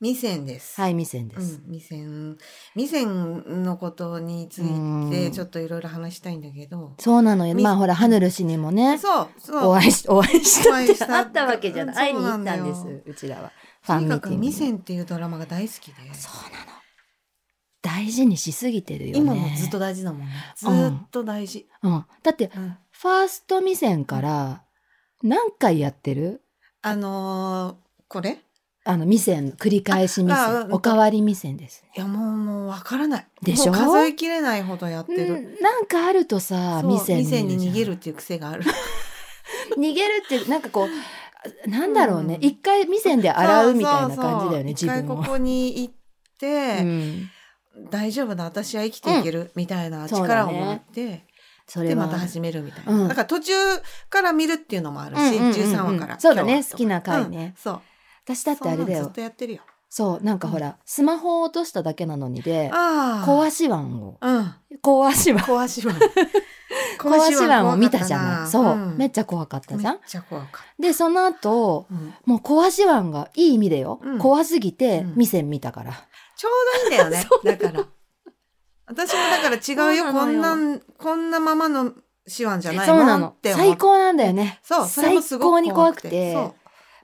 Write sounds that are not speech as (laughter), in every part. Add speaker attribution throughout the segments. Speaker 1: 未線です。
Speaker 2: はい、未線です。
Speaker 1: うん、未線未線のことについてちょっといろいろ話したいんだけど、
Speaker 2: そうなのよ。
Speaker 1: み
Speaker 2: まあほら、ハヌル氏にもね、
Speaker 1: そうそう
Speaker 2: お会いし、お会いしたっ
Speaker 1: お会い
Speaker 2: て
Speaker 1: した
Speaker 2: あったわけじゃない。会い
Speaker 1: そう
Speaker 2: に
Speaker 1: な
Speaker 2: 行っ
Speaker 1: ん
Speaker 2: た
Speaker 1: だよ
Speaker 2: んです、うちらは。ファンミー
Speaker 1: とに
Speaker 2: テ
Speaker 1: かく
Speaker 2: ィングに。
Speaker 1: 未線っていうドラマが大好きで
Speaker 2: そうなの。大事にしすぎてるよね。
Speaker 1: 今もずっと大事だもんねず
Speaker 2: うん
Speaker 1: ーっと大事、
Speaker 2: うん。だって、
Speaker 1: うん
Speaker 2: ファースト未線から何回やってる
Speaker 1: あのーこれい
Speaker 2: あの、未線、繰り返し未
Speaker 1: ああ
Speaker 2: 線
Speaker 1: う、ん
Speaker 2: おかわり未線ですね。
Speaker 1: やもうもうわからない
Speaker 2: でしょ
Speaker 1: もう数えきれないほどやってる、
Speaker 2: うんなんかあるとさ、
Speaker 1: そう
Speaker 2: 未線
Speaker 1: 未線に逃げ
Speaker 2: る
Speaker 1: るっていう癖がある
Speaker 2: じゃん。逃げるって、なんかこう、なんだろうね。
Speaker 1: うん
Speaker 2: 一回未線で洗うみたいな感じだよね、
Speaker 1: そうそうそう
Speaker 2: 自分を
Speaker 1: 一回こ。こに行って、
Speaker 2: うん
Speaker 1: 大丈夫だ私は生きていけるみたいな
Speaker 2: そうだ
Speaker 1: 力を
Speaker 2: ね
Speaker 1: もらって、
Speaker 2: そ
Speaker 1: で
Speaker 2: れは
Speaker 1: また始めるみたいな、
Speaker 2: うん
Speaker 1: だから途中から見るっていうのもあるし、
Speaker 2: うんうんうんうん
Speaker 1: 13話から
Speaker 2: そうだね
Speaker 1: 今日は
Speaker 2: 好きな回ね
Speaker 1: うんそう
Speaker 2: 私だってあれだ
Speaker 1: そんなのず
Speaker 2: よ
Speaker 1: っとやってるよ
Speaker 2: そうなんかほら、スマホを落としただけなのにで
Speaker 1: ああ
Speaker 2: 壊し腕を
Speaker 1: うん
Speaker 2: 壊し腕
Speaker 1: 壊しは
Speaker 2: (laughs) 壊し腕を見たじゃないそう、めっちゃ怖かった
Speaker 1: め
Speaker 2: じ
Speaker 1: っ
Speaker 2: ゃん
Speaker 1: ちゃ怖かっ
Speaker 2: でその後
Speaker 1: た、うん
Speaker 2: もう壊し腕がいい意味でよ、
Speaker 1: うん
Speaker 2: 怖すぎて
Speaker 1: うん
Speaker 2: 店見たから、
Speaker 1: ちょうどいいん
Speaker 2: (laughs)
Speaker 1: だよねだから私もだから違うよ
Speaker 2: そう
Speaker 1: こ
Speaker 2: なの
Speaker 1: ん
Speaker 2: よ
Speaker 1: なんこんなままの手腕じゃない
Speaker 2: そうな
Speaker 1: もんっ
Speaker 2: の
Speaker 1: て思っ
Speaker 2: 最高なんだよね
Speaker 1: そうそれもす
Speaker 2: 最
Speaker 1: ごく
Speaker 2: 高に怖くて
Speaker 1: そう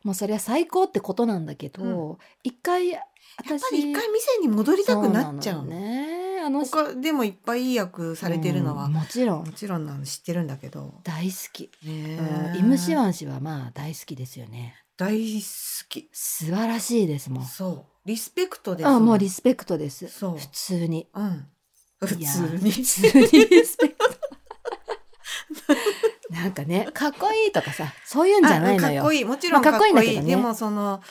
Speaker 2: もうそれは最高ってことなんだけど、
Speaker 1: う
Speaker 2: 一回
Speaker 1: やっ
Speaker 2: 私
Speaker 1: ぱり一回店に戻りたくなっちゃう
Speaker 2: そ
Speaker 1: の
Speaker 2: なのねあの
Speaker 1: 他でもいっぱいいい役されてるのは、
Speaker 2: うんもちろん
Speaker 1: もちろんなの知ってるんだけど、
Speaker 2: 大好き、
Speaker 1: ね
Speaker 2: う
Speaker 1: え
Speaker 2: ん、イムシワン氏はまあ大好きですよね
Speaker 1: 大好き
Speaker 2: 素晴らしいですもん
Speaker 1: そうリスペクトです
Speaker 2: あもうリ
Speaker 1: ス
Speaker 2: スペクトです
Speaker 1: そう
Speaker 2: 普通に
Speaker 1: うん普
Speaker 2: いや
Speaker 1: 通に
Speaker 2: 普通にリスペ (laughs) クトなんかねかっこいいとかさそういうんじゃないの
Speaker 1: あ
Speaker 2: よ
Speaker 1: かっこいいもちろん
Speaker 2: まあ
Speaker 1: かっこいい,、
Speaker 2: かっこいいんだけ
Speaker 1: で
Speaker 2: どね
Speaker 1: もその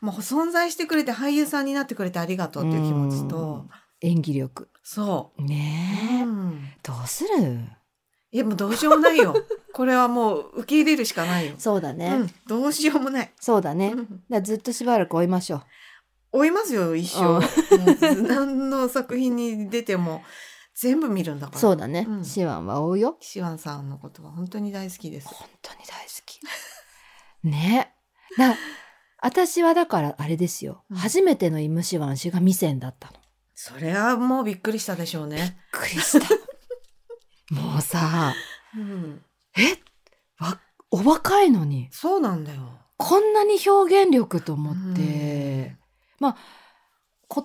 Speaker 1: もう存在してくれて俳優さんになってくれてありがとうっていう気持ちと
Speaker 2: 演技力
Speaker 1: そ
Speaker 2: ね
Speaker 1: う、
Speaker 2: え、
Speaker 1: うん、
Speaker 2: どうする
Speaker 1: いやもうどうしようもない
Speaker 2: (laughs)
Speaker 1: よこれはもう受け入れるしかないよ、
Speaker 2: そうだね、
Speaker 1: うん、どうしようもない、
Speaker 2: そうだね、
Speaker 1: う
Speaker 2: だか
Speaker 1: ん
Speaker 2: らずっとしばらく追いましょう
Speaker 1: 追いますよ一生、
Speaker 2: うん
Speaker 1: もう何の作品に出ても全部見るんだから
Speaker 2: そうだね、
Speaker 1: うん
Speaker 2: シワンは追うよ
Speaker 1: シワンさんのことは本当に大好きです
Speaker 2: 本当に大好き (laughs) ねな私はだからあれですよ、
Speaker 1: うん
Speaker 2: 初めてのイムシワン氏が未線だったの
Speaker 1: それはもうびっくりしたでしょうね。
Speaker 2: びっくりした (laughs) もうさ
Speaker 1: うん、
Speaker 2: わお若いのに
Speaker 1: そうなんだよ。
Speaker 2: こんなに表現力と思って、まあ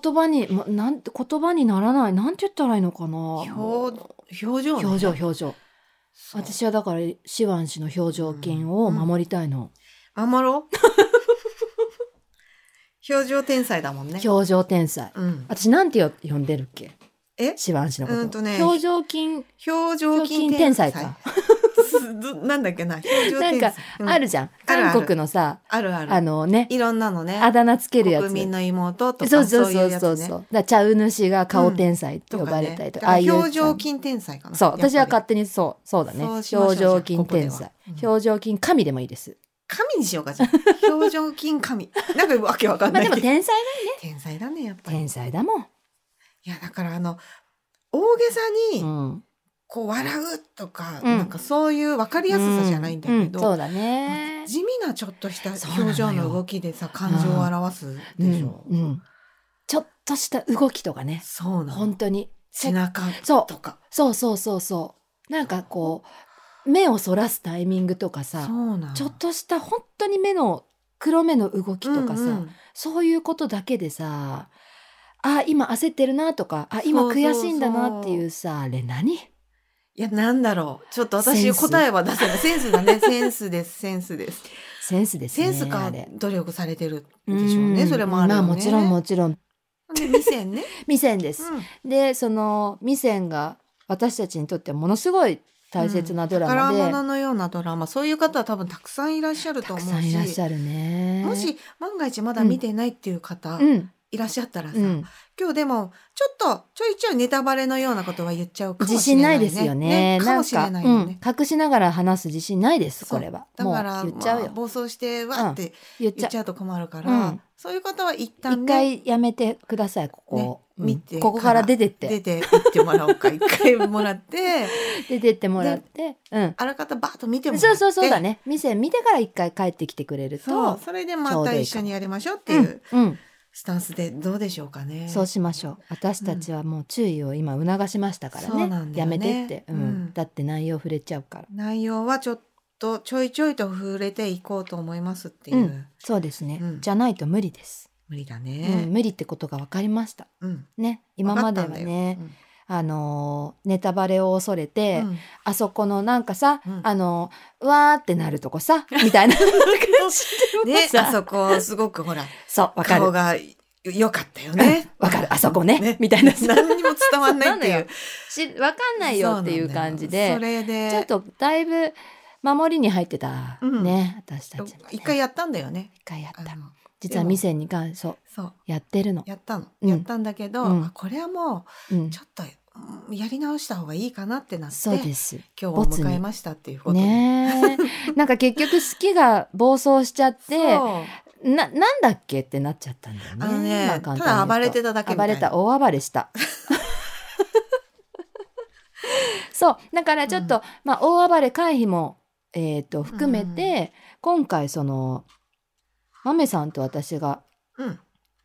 Speaker 2: 言葉に、ま、なんて言葉にならないなんて言ったらいいのかなもう
Speaker 1: 表表情ね、
Speaker 2: 表情表情
Speaker 1: そう
Speaker 2: 私はだからシワン氏の表情筋を守りたいの、
Speaker 1: 守ろ (laughs) う。表情天才だもんね。
Speaker 2: 表情天才
Speaker 1: うん、
Speaker 2: 私なんてよ呼んでるっけ
Speaker 1: え
Speaker 2: シワン氏のこと、
Speaker 1: うんとね
Speaker 2: 表情筋
Speaker 1: 表情筋
Speaker 2: 天
Speaker 1: 天
Speaker 2: 才
Speaker 1: 才
Speaker 2: か
Speaker 1: どなんだっけな表情天才
Speaker 2: なんか
Speaker 1: うん
Speaker 2: あるじゃん、
Speaker 1: あるある
Speaker 2: 韓国のさ
Speaker 1: あるある
Speaker 2: あのね
Speaker 1: いろんなのね
Speaker 2: あだ名つけるやつ
Speaker 1: 国民の妹とか
Speaker 2: そうそう
Speaker 1: い
Speaker 2: そう
Speaker 1: やつね
Speaker 2: うそうそう、だから茶う主が顔天才
Speaker 1: と
Speaker 2: と呼
Speaker 1: か
Speaker 2: ば
Speaker 1: ね
Speaker 2: れたり
Speaker 1: だ
Speaker 2: と
Speaker 1: か
Speaker 2: か,、
Speaker 1: ら
Speaker 2: ああいう
Speaker 1: 表情筋天才かな
Speaker 2: そう私は
Speaker 1: か
Speaker 2: 勝手にそうそうだね
Speaker 1: そうしましょう
Speaker 2: 表情筋天
Speaker 1: じゃあこ
Speaker 2: 才
Speaker 1: こではうん
Speaker 2: 表情筋神でもいいです
Speaker 1: 神にしようかじゃ
Speaker 2: (laughs)
Speaker 1: あ表情筋神なんかわけわかん
Speaker 2: ま
Speaker 1: な
Speaker 2: あ
Speaker 1: いけ
Speaker 2: で
Speaker 1: ど
Speaker 2: も天才
Speaker 1: 天才だねやっぱり
Speaker 2: 天才だもん、
Speaker 1: いやだからあの大げさ
Speaker 2: う
Speaker 1: に
Speaker 2: ん、
Speaker 1: こう笑うとか、
Speaker 2: うん
Speaker 1: なんかそういう分かりやすさじゃないんだ
Speaker 2: う
Speaker 1: け
Speaker 2: ん
Speaker 1: ど、
Speaker 2: そうだね
Speaker 1: 地味なちょっとした
Speaker 2: そうなのよ
Speaker 1: 表情の動きでさ感情を表す
Speaker 2: うん
Speaker 1: でしょ、
Speaker 2: うん、ちょっとした動きとかね
Speaker 1: そうな
Speaker 2: 本
Speaker 1: の
Speaker 2: 当に
Speaker 1: 背中
Speaker 2: そう
Speaker 1: とか
Speaker 2: そうそうそうそうなんかこう目をそらすタイミングとか
Speaker 1: そ
Speaker 2: さ
Speaker 1: うなの
Speaker 2: ちょっとした本当に目の黒目の動きとかさ、
Speaker 1: うんうん
Speaker 2: そういうことだけでさあ今焦ってるなとかあ今
Speaker 1: そうそうそう
Speaker 2: 悔しいんだなっていうさあれ何
Speaker 1: いやなんだろうちょっと
Speaker 2: セ
Speaker 1: 私
Speaker 2: ンス
Speaker 1: 答えは出せないセンスだねセンスですセンスです
Speaker 2: センス (laughs) ですね
Speaker 1: センスか
Speaker 2: あれ
Speaker 1: 努力されてるでしょうね
Speaker 2: ん
Speaker 1: それもあるよね
Speaker 2: まあもちろんもちろん
Speaker 1: で未線ね、
Speaker 2: 未線です、
Speaker 1: うん
Speaker 2: でその未線が私たちにとってはものすごい大切なドラマで、
Speaker 1: 宝物のようなドラマそういう方は多分たくさんいらっしゃると
Speaker 2: た
Speaker 1: 思
Speaker 2: く
Speaker 1: う
Speaker 2: さんいらっしゃるね
Speaker 1: もし万が一まだ見てないっていう方、
Speaker 2: うん
Speaker 1: いらっしゃったらさ、
Speaker 2: うん
Speaker 1: 今日でもちょっとちょいちょいネタバレのようなことは言っちゃうかも
Speaker 2: 自
Speaker 1: しれ
Speaker 2: 信
Speaker 1: な
Speaker 2: ない
Speaker 1: いね。
Speaker 2: ですよね。
Speaker 1: か
Speaker 2: な
Speaker 1: も
Speaker 2: ん
Speaker 1: しれ
Speaker 2: か、
Speaker 1: ないうよ
Speaker 2: ん
Speaker 1: ね。、
Speaker 2: 隠しながら話す自信ないです。
Speaker 1: そう
Speaker 2: これは。
Speaker 1: だから
Speaker 2: もう言っちゃうよ。
Speaker 1: まあ、暴走してわって
Speaker 2: 言っち
Speaker 1: 言
Speaker 2: ゃ
Speaker 1: っちゃうと困るから、
Speaker 2: うん
Speaker 1: そういう方は一旦
Speaker 2: 一
Speaker 1: ね
Speaker 2: 回やめてください。ここを、
Speaker 1: ね見て
Speaker 2: うんここから出てっ
Speaker 1: 出
Speaker 2: て、
Speaker 1: て行ってもらおうか一回もらって (laughs)
Speaker 2: 出てってもらって、うん。
Speaker 1: あらかたバーッと見てもらって
Speaker 2: そうそうそうだね。店見てから一回帰ってきてくれる
Speaker 1: そ
Speaker 2: と
Speaker 1: う、それでまた一緒にやりましょうっていう、
Speaker 2: うん、うん、
Speaker 1: スタンスでどうでしょうかね。
Speaker 2: そうしましょう私たちはもう注意を今促しましたから
Speaker 1: そう
Speaker 2: ね,、
Speaker 1: なんだ
Speaker 2: や
Speaker 1: よね
Speaker 2: めてって、うん
Speaker 1: うん
Speaker 2: だって内容触れちゃうから
Speaker 1: 内容はちょっとちょいちょいと触れていこうと思いますっていう。
Speaker 2: うんそうですね、
Speaker 1: うん
Speaker 2: じゃないと無理です、
Speaker 1: 無理だ
Speaker 2: うん、
Speaker 1: ね。
Speaker 2: 無理ってことが分かりました
Speaker 1: うん。
Speaker 2: ね今まではね、あのーネタバレを恐れて、
Speaker 1: 分かっ
Speaker 2: あそこのなんかさ、
Speaker 1: うん
Speaker 2: あのーうわーってなると
Speaker 1: (laughs)
Speaker 2: こさみたいな感
Speaker 1: たん
Speaker 2: (laughs)
Speaker 1: だ
Speaker 2: じ
Speaker 1: よ。ね、
Speaker 2: でも
Speaker 1: あ
Speaker 2: さ
Speaker 1: そこすごく
Speaker 2: (laughs)
Speaker 1: ほら、
Speaker 2: そう分かる
Speaker 1: 顔が良かったよね。
Speaker 2: わかるあそこねみたいなさ
Speaker 1: (laughs) 何にも伝わんないってい
Speaker 2: (laughs) そうなの
Speaker 1: う
Speaker 2: よ。し分かんないよっていう感じ
Speaker 1: そう
Speaker 2: で
Speaker 1: なんだよ
Speaker 2: ちょっ
Speaker 1: そ
Speaker 2: とだいぶ守りに入ってた、
Speaker 1: うん
Speaker 2: ね私た
Speaker 1: れ
Speaker 2: ち
Speaker 1: で
Speaker 2: も、ね、
Speaker 1: 一回やったんだよね。
Speaker 2: 一回やっ
Speaker 1: あ
Speaker 2: た
Speaker 1: の
Speaker 2: 実は店に関そう
Speaker 1: そう
Speaker 2: やってるの、
Speaker 1: やったの、
Speaker 2: うん
Speaker 1: やったんだけど、
Speaker 2: うん
Speaker 1: あこれはも
Speaker 2: うん
Speaker 1: うちょっとうんやり直した方がいいかなってなって
Speaker 2: そう
Speaker 1: 今
Speaker 2: です
Speaker 1: 日を迎えましたっていうことで
Speaker 2: ね
Speaker 1: (laughs)
Speaker 2: えなんか結局好きが暴走しちゃっ
Speaker 1: そ
Speaker 2: て
Speaker 1: う
Speaker 2: ななんだっけってなっちゃったんだよね
Speaker 1: あのね
Speaker 2: まあ簡単に言うと
Speaker 1: ただ暴れてただけみた
Speaker 2: 暴
Speaker 1: いな
Speaker 2: れた大暴れした
Speaker 1: (laughs)
Speaker 2: そうだからちょっと、
Speaker 1: う
Speaker 2: まあ、大暴れ回避も、えー、と含めて、今回そのマメさんと私が、
Speaker 1: うん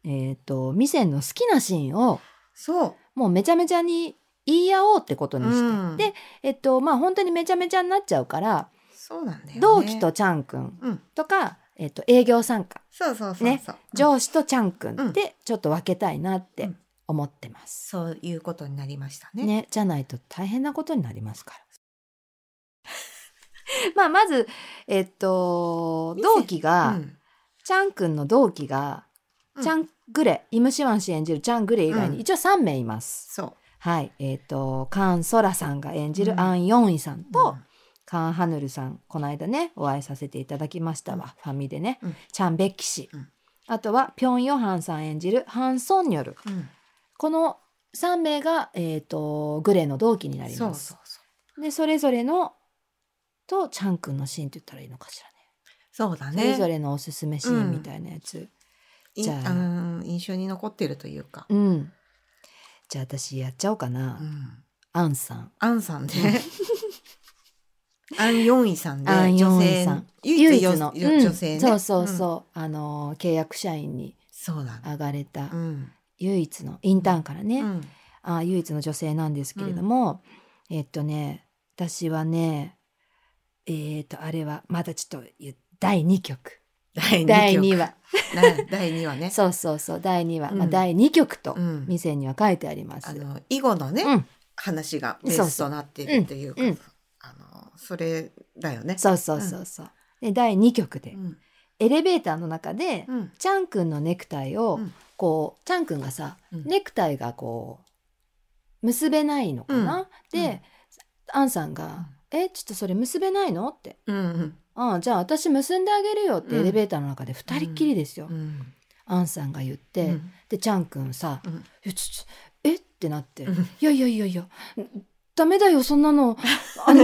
Speaker 2: えー、とミセンの好きなシーンを
Speaker 1: そう
Speaker 2: もうめちゃめちゃに言い合おうってことにして、
Speaker 1: うん
Speaker 2: でえっとまあ本当にめちゃめちゃになっちゃうから、
Speaker 1: そうなんだよ、ね、
Speaker 2: 同期とちゃんくん
Speaker 1: うん
Speaker 2: とか、えっと、営業参加
Speaker 1: そうそうそうそう、
Speaker 2: ね上司とちゃんく
Speaker 1: うんん
Speaker 2: でちょっと分けたいなって
Speaker 1: うん
Speaker 2: 思ってます。
Speaker 1: そういうことになりましたね
Speaker 2: ね、じゃないと大変なことになりま
Speaker 1: (laughs)
Speaker 2: すから。まあまず、えっと、
Speaker 1: 見せ
Speaker 2: 同期
Speaker 1: う
Speaker 2: が、
Speaker 1: ん
Speaker 2: ちゃんくんの同期が、
Speaker 1: うん
Speaker 2: ちゃんグレ、イムシワン氏演じるちゃんグレ以外
Speaker 1: う
Speaker 2: に
Speaker 1: ん
Speaker 2: 一応3名います。
Speaker 1: そう
Speaker 2: はい、えっ、と、カン・ソラさんが演じ
Speaker 1: う
Speaker 2: る
Speaker 1: ん
Speaker 2: アン・ヨンイさんと、
Speaker 1: うん
Speaker 2: カン・ハヌルさん、この間ね、お会いさせていただきましたわ、ファミでね、
Speaker 1: うん
Speaker 2: チャン・ベッキ氏、
Speaker 1: うん
Speaker 2: あとはピョン・ヨハンさん演じるハン・ソンニョル。
Speaker 1: うん
Speaker 2: この3名が、えー、とグレーの同期になり
Speaker 1: そう
Speaker 2: ま
Speaker 1: そ
Speaker 2: す
Speaker 1: うそう
Speaker 2: でそれぞれのとチャン君のシーンって言ったらいいのかしらね
Speaker 1: そうだ
Speaker 2: それ
Speaker 1: ね
Speaker 2: ぞれのおすすめシーンみたいなやつ
Speaker 1: い
Speaker 2: じゃあ
Speaker 1: うん印象に残ってるというか、
Speaker 2: うん、じゃあ私やっちゃおうかな、
Speaker 1: うん、
Speaker 2: アンさん
Speaker 1: アンさん
Speaker 2: (laughs)
Speaker 1: でアン・ヨンイさんで
Speaker 2: アンヨ
Speaker 1: 女
Speaker 2: ンイ
Speaker 1: 性
Speaker 2: さん
Speaker 1: 唯一
Speaker 2: 唯一
Speaker 1: の
Speaker 2: の、
Speaker 1: 女女性
Speaker 2: う
Speaker 1: ね
Speaker 2: ん、そうそう
Speaker 1: うん
Speaker 2: そう、あの契約社員に
Speaker 1: そうだね
Speaker 2: 上がれた
Speaker 1: うん
Speaker 2: 唯一のインターンからね、
Speaker 1: うん
Speaker 2: あ唯一の女性なんですけれども、えっとね私はねえっとあれはまだちょっと言う第2曲
Speaker 1: 第
Speaker 2: 第
Speaker 1: 二
Speaker 2: 2
Speaker 1: 曲
Speaker 2: 話
Speaker 1: 第第二話ね
Speaker 2: (laughs) そうそうそう第2話、
Speaker 1: うん
Speaker 2: まあ、第2曲と
Speaker 1: うん
Speaker 2: 店には書いてあります
Speaker 1: あ。の囲碁のね、
Speaker 2: うん
Speaker 1: 話がベースとなっているというか
Speaker 2: そうそううん
Speaker 1: あのそれだよね
Speaker 2: そうそうそうそう。で第2曲で
Speaker 1: うん
Speaker 2: エレベーターの中で、
Speaker 1: うん
Speaker 2: ちゃんくんのネクタイを
Speaker 1: うん
Speaker 2: こうちゃんくんがさ、
Speaker 1: うん
Speaker 2: ネクタイがこう結べないのかな、
Speaker 1: うん
Speaker 2: で、アンさんが「えちょっとそれ結べないの?」って
Speaker 1: うん
Speaker 2: 「ああじゃあ私結んであげるよ」っ
Speaker 1: う
Speaker 2: て
Speaker 1: ん
Speaker 2: エレベーターの中で2人っきりですよ、
Speaker 1: うん
Speaker 2: アンさんが言って、
Speaker 1: うん
Speaker 2: でちゃんくんさ
Speaker 1: うん
Speaker 2: 「えちょちょえっ?」てなって
Speaker 1: うん
Speaker 2: いやいやいやいや、ダメだよ、そんなの。
Speaker 1: (laughs)
Speaker 2: あの、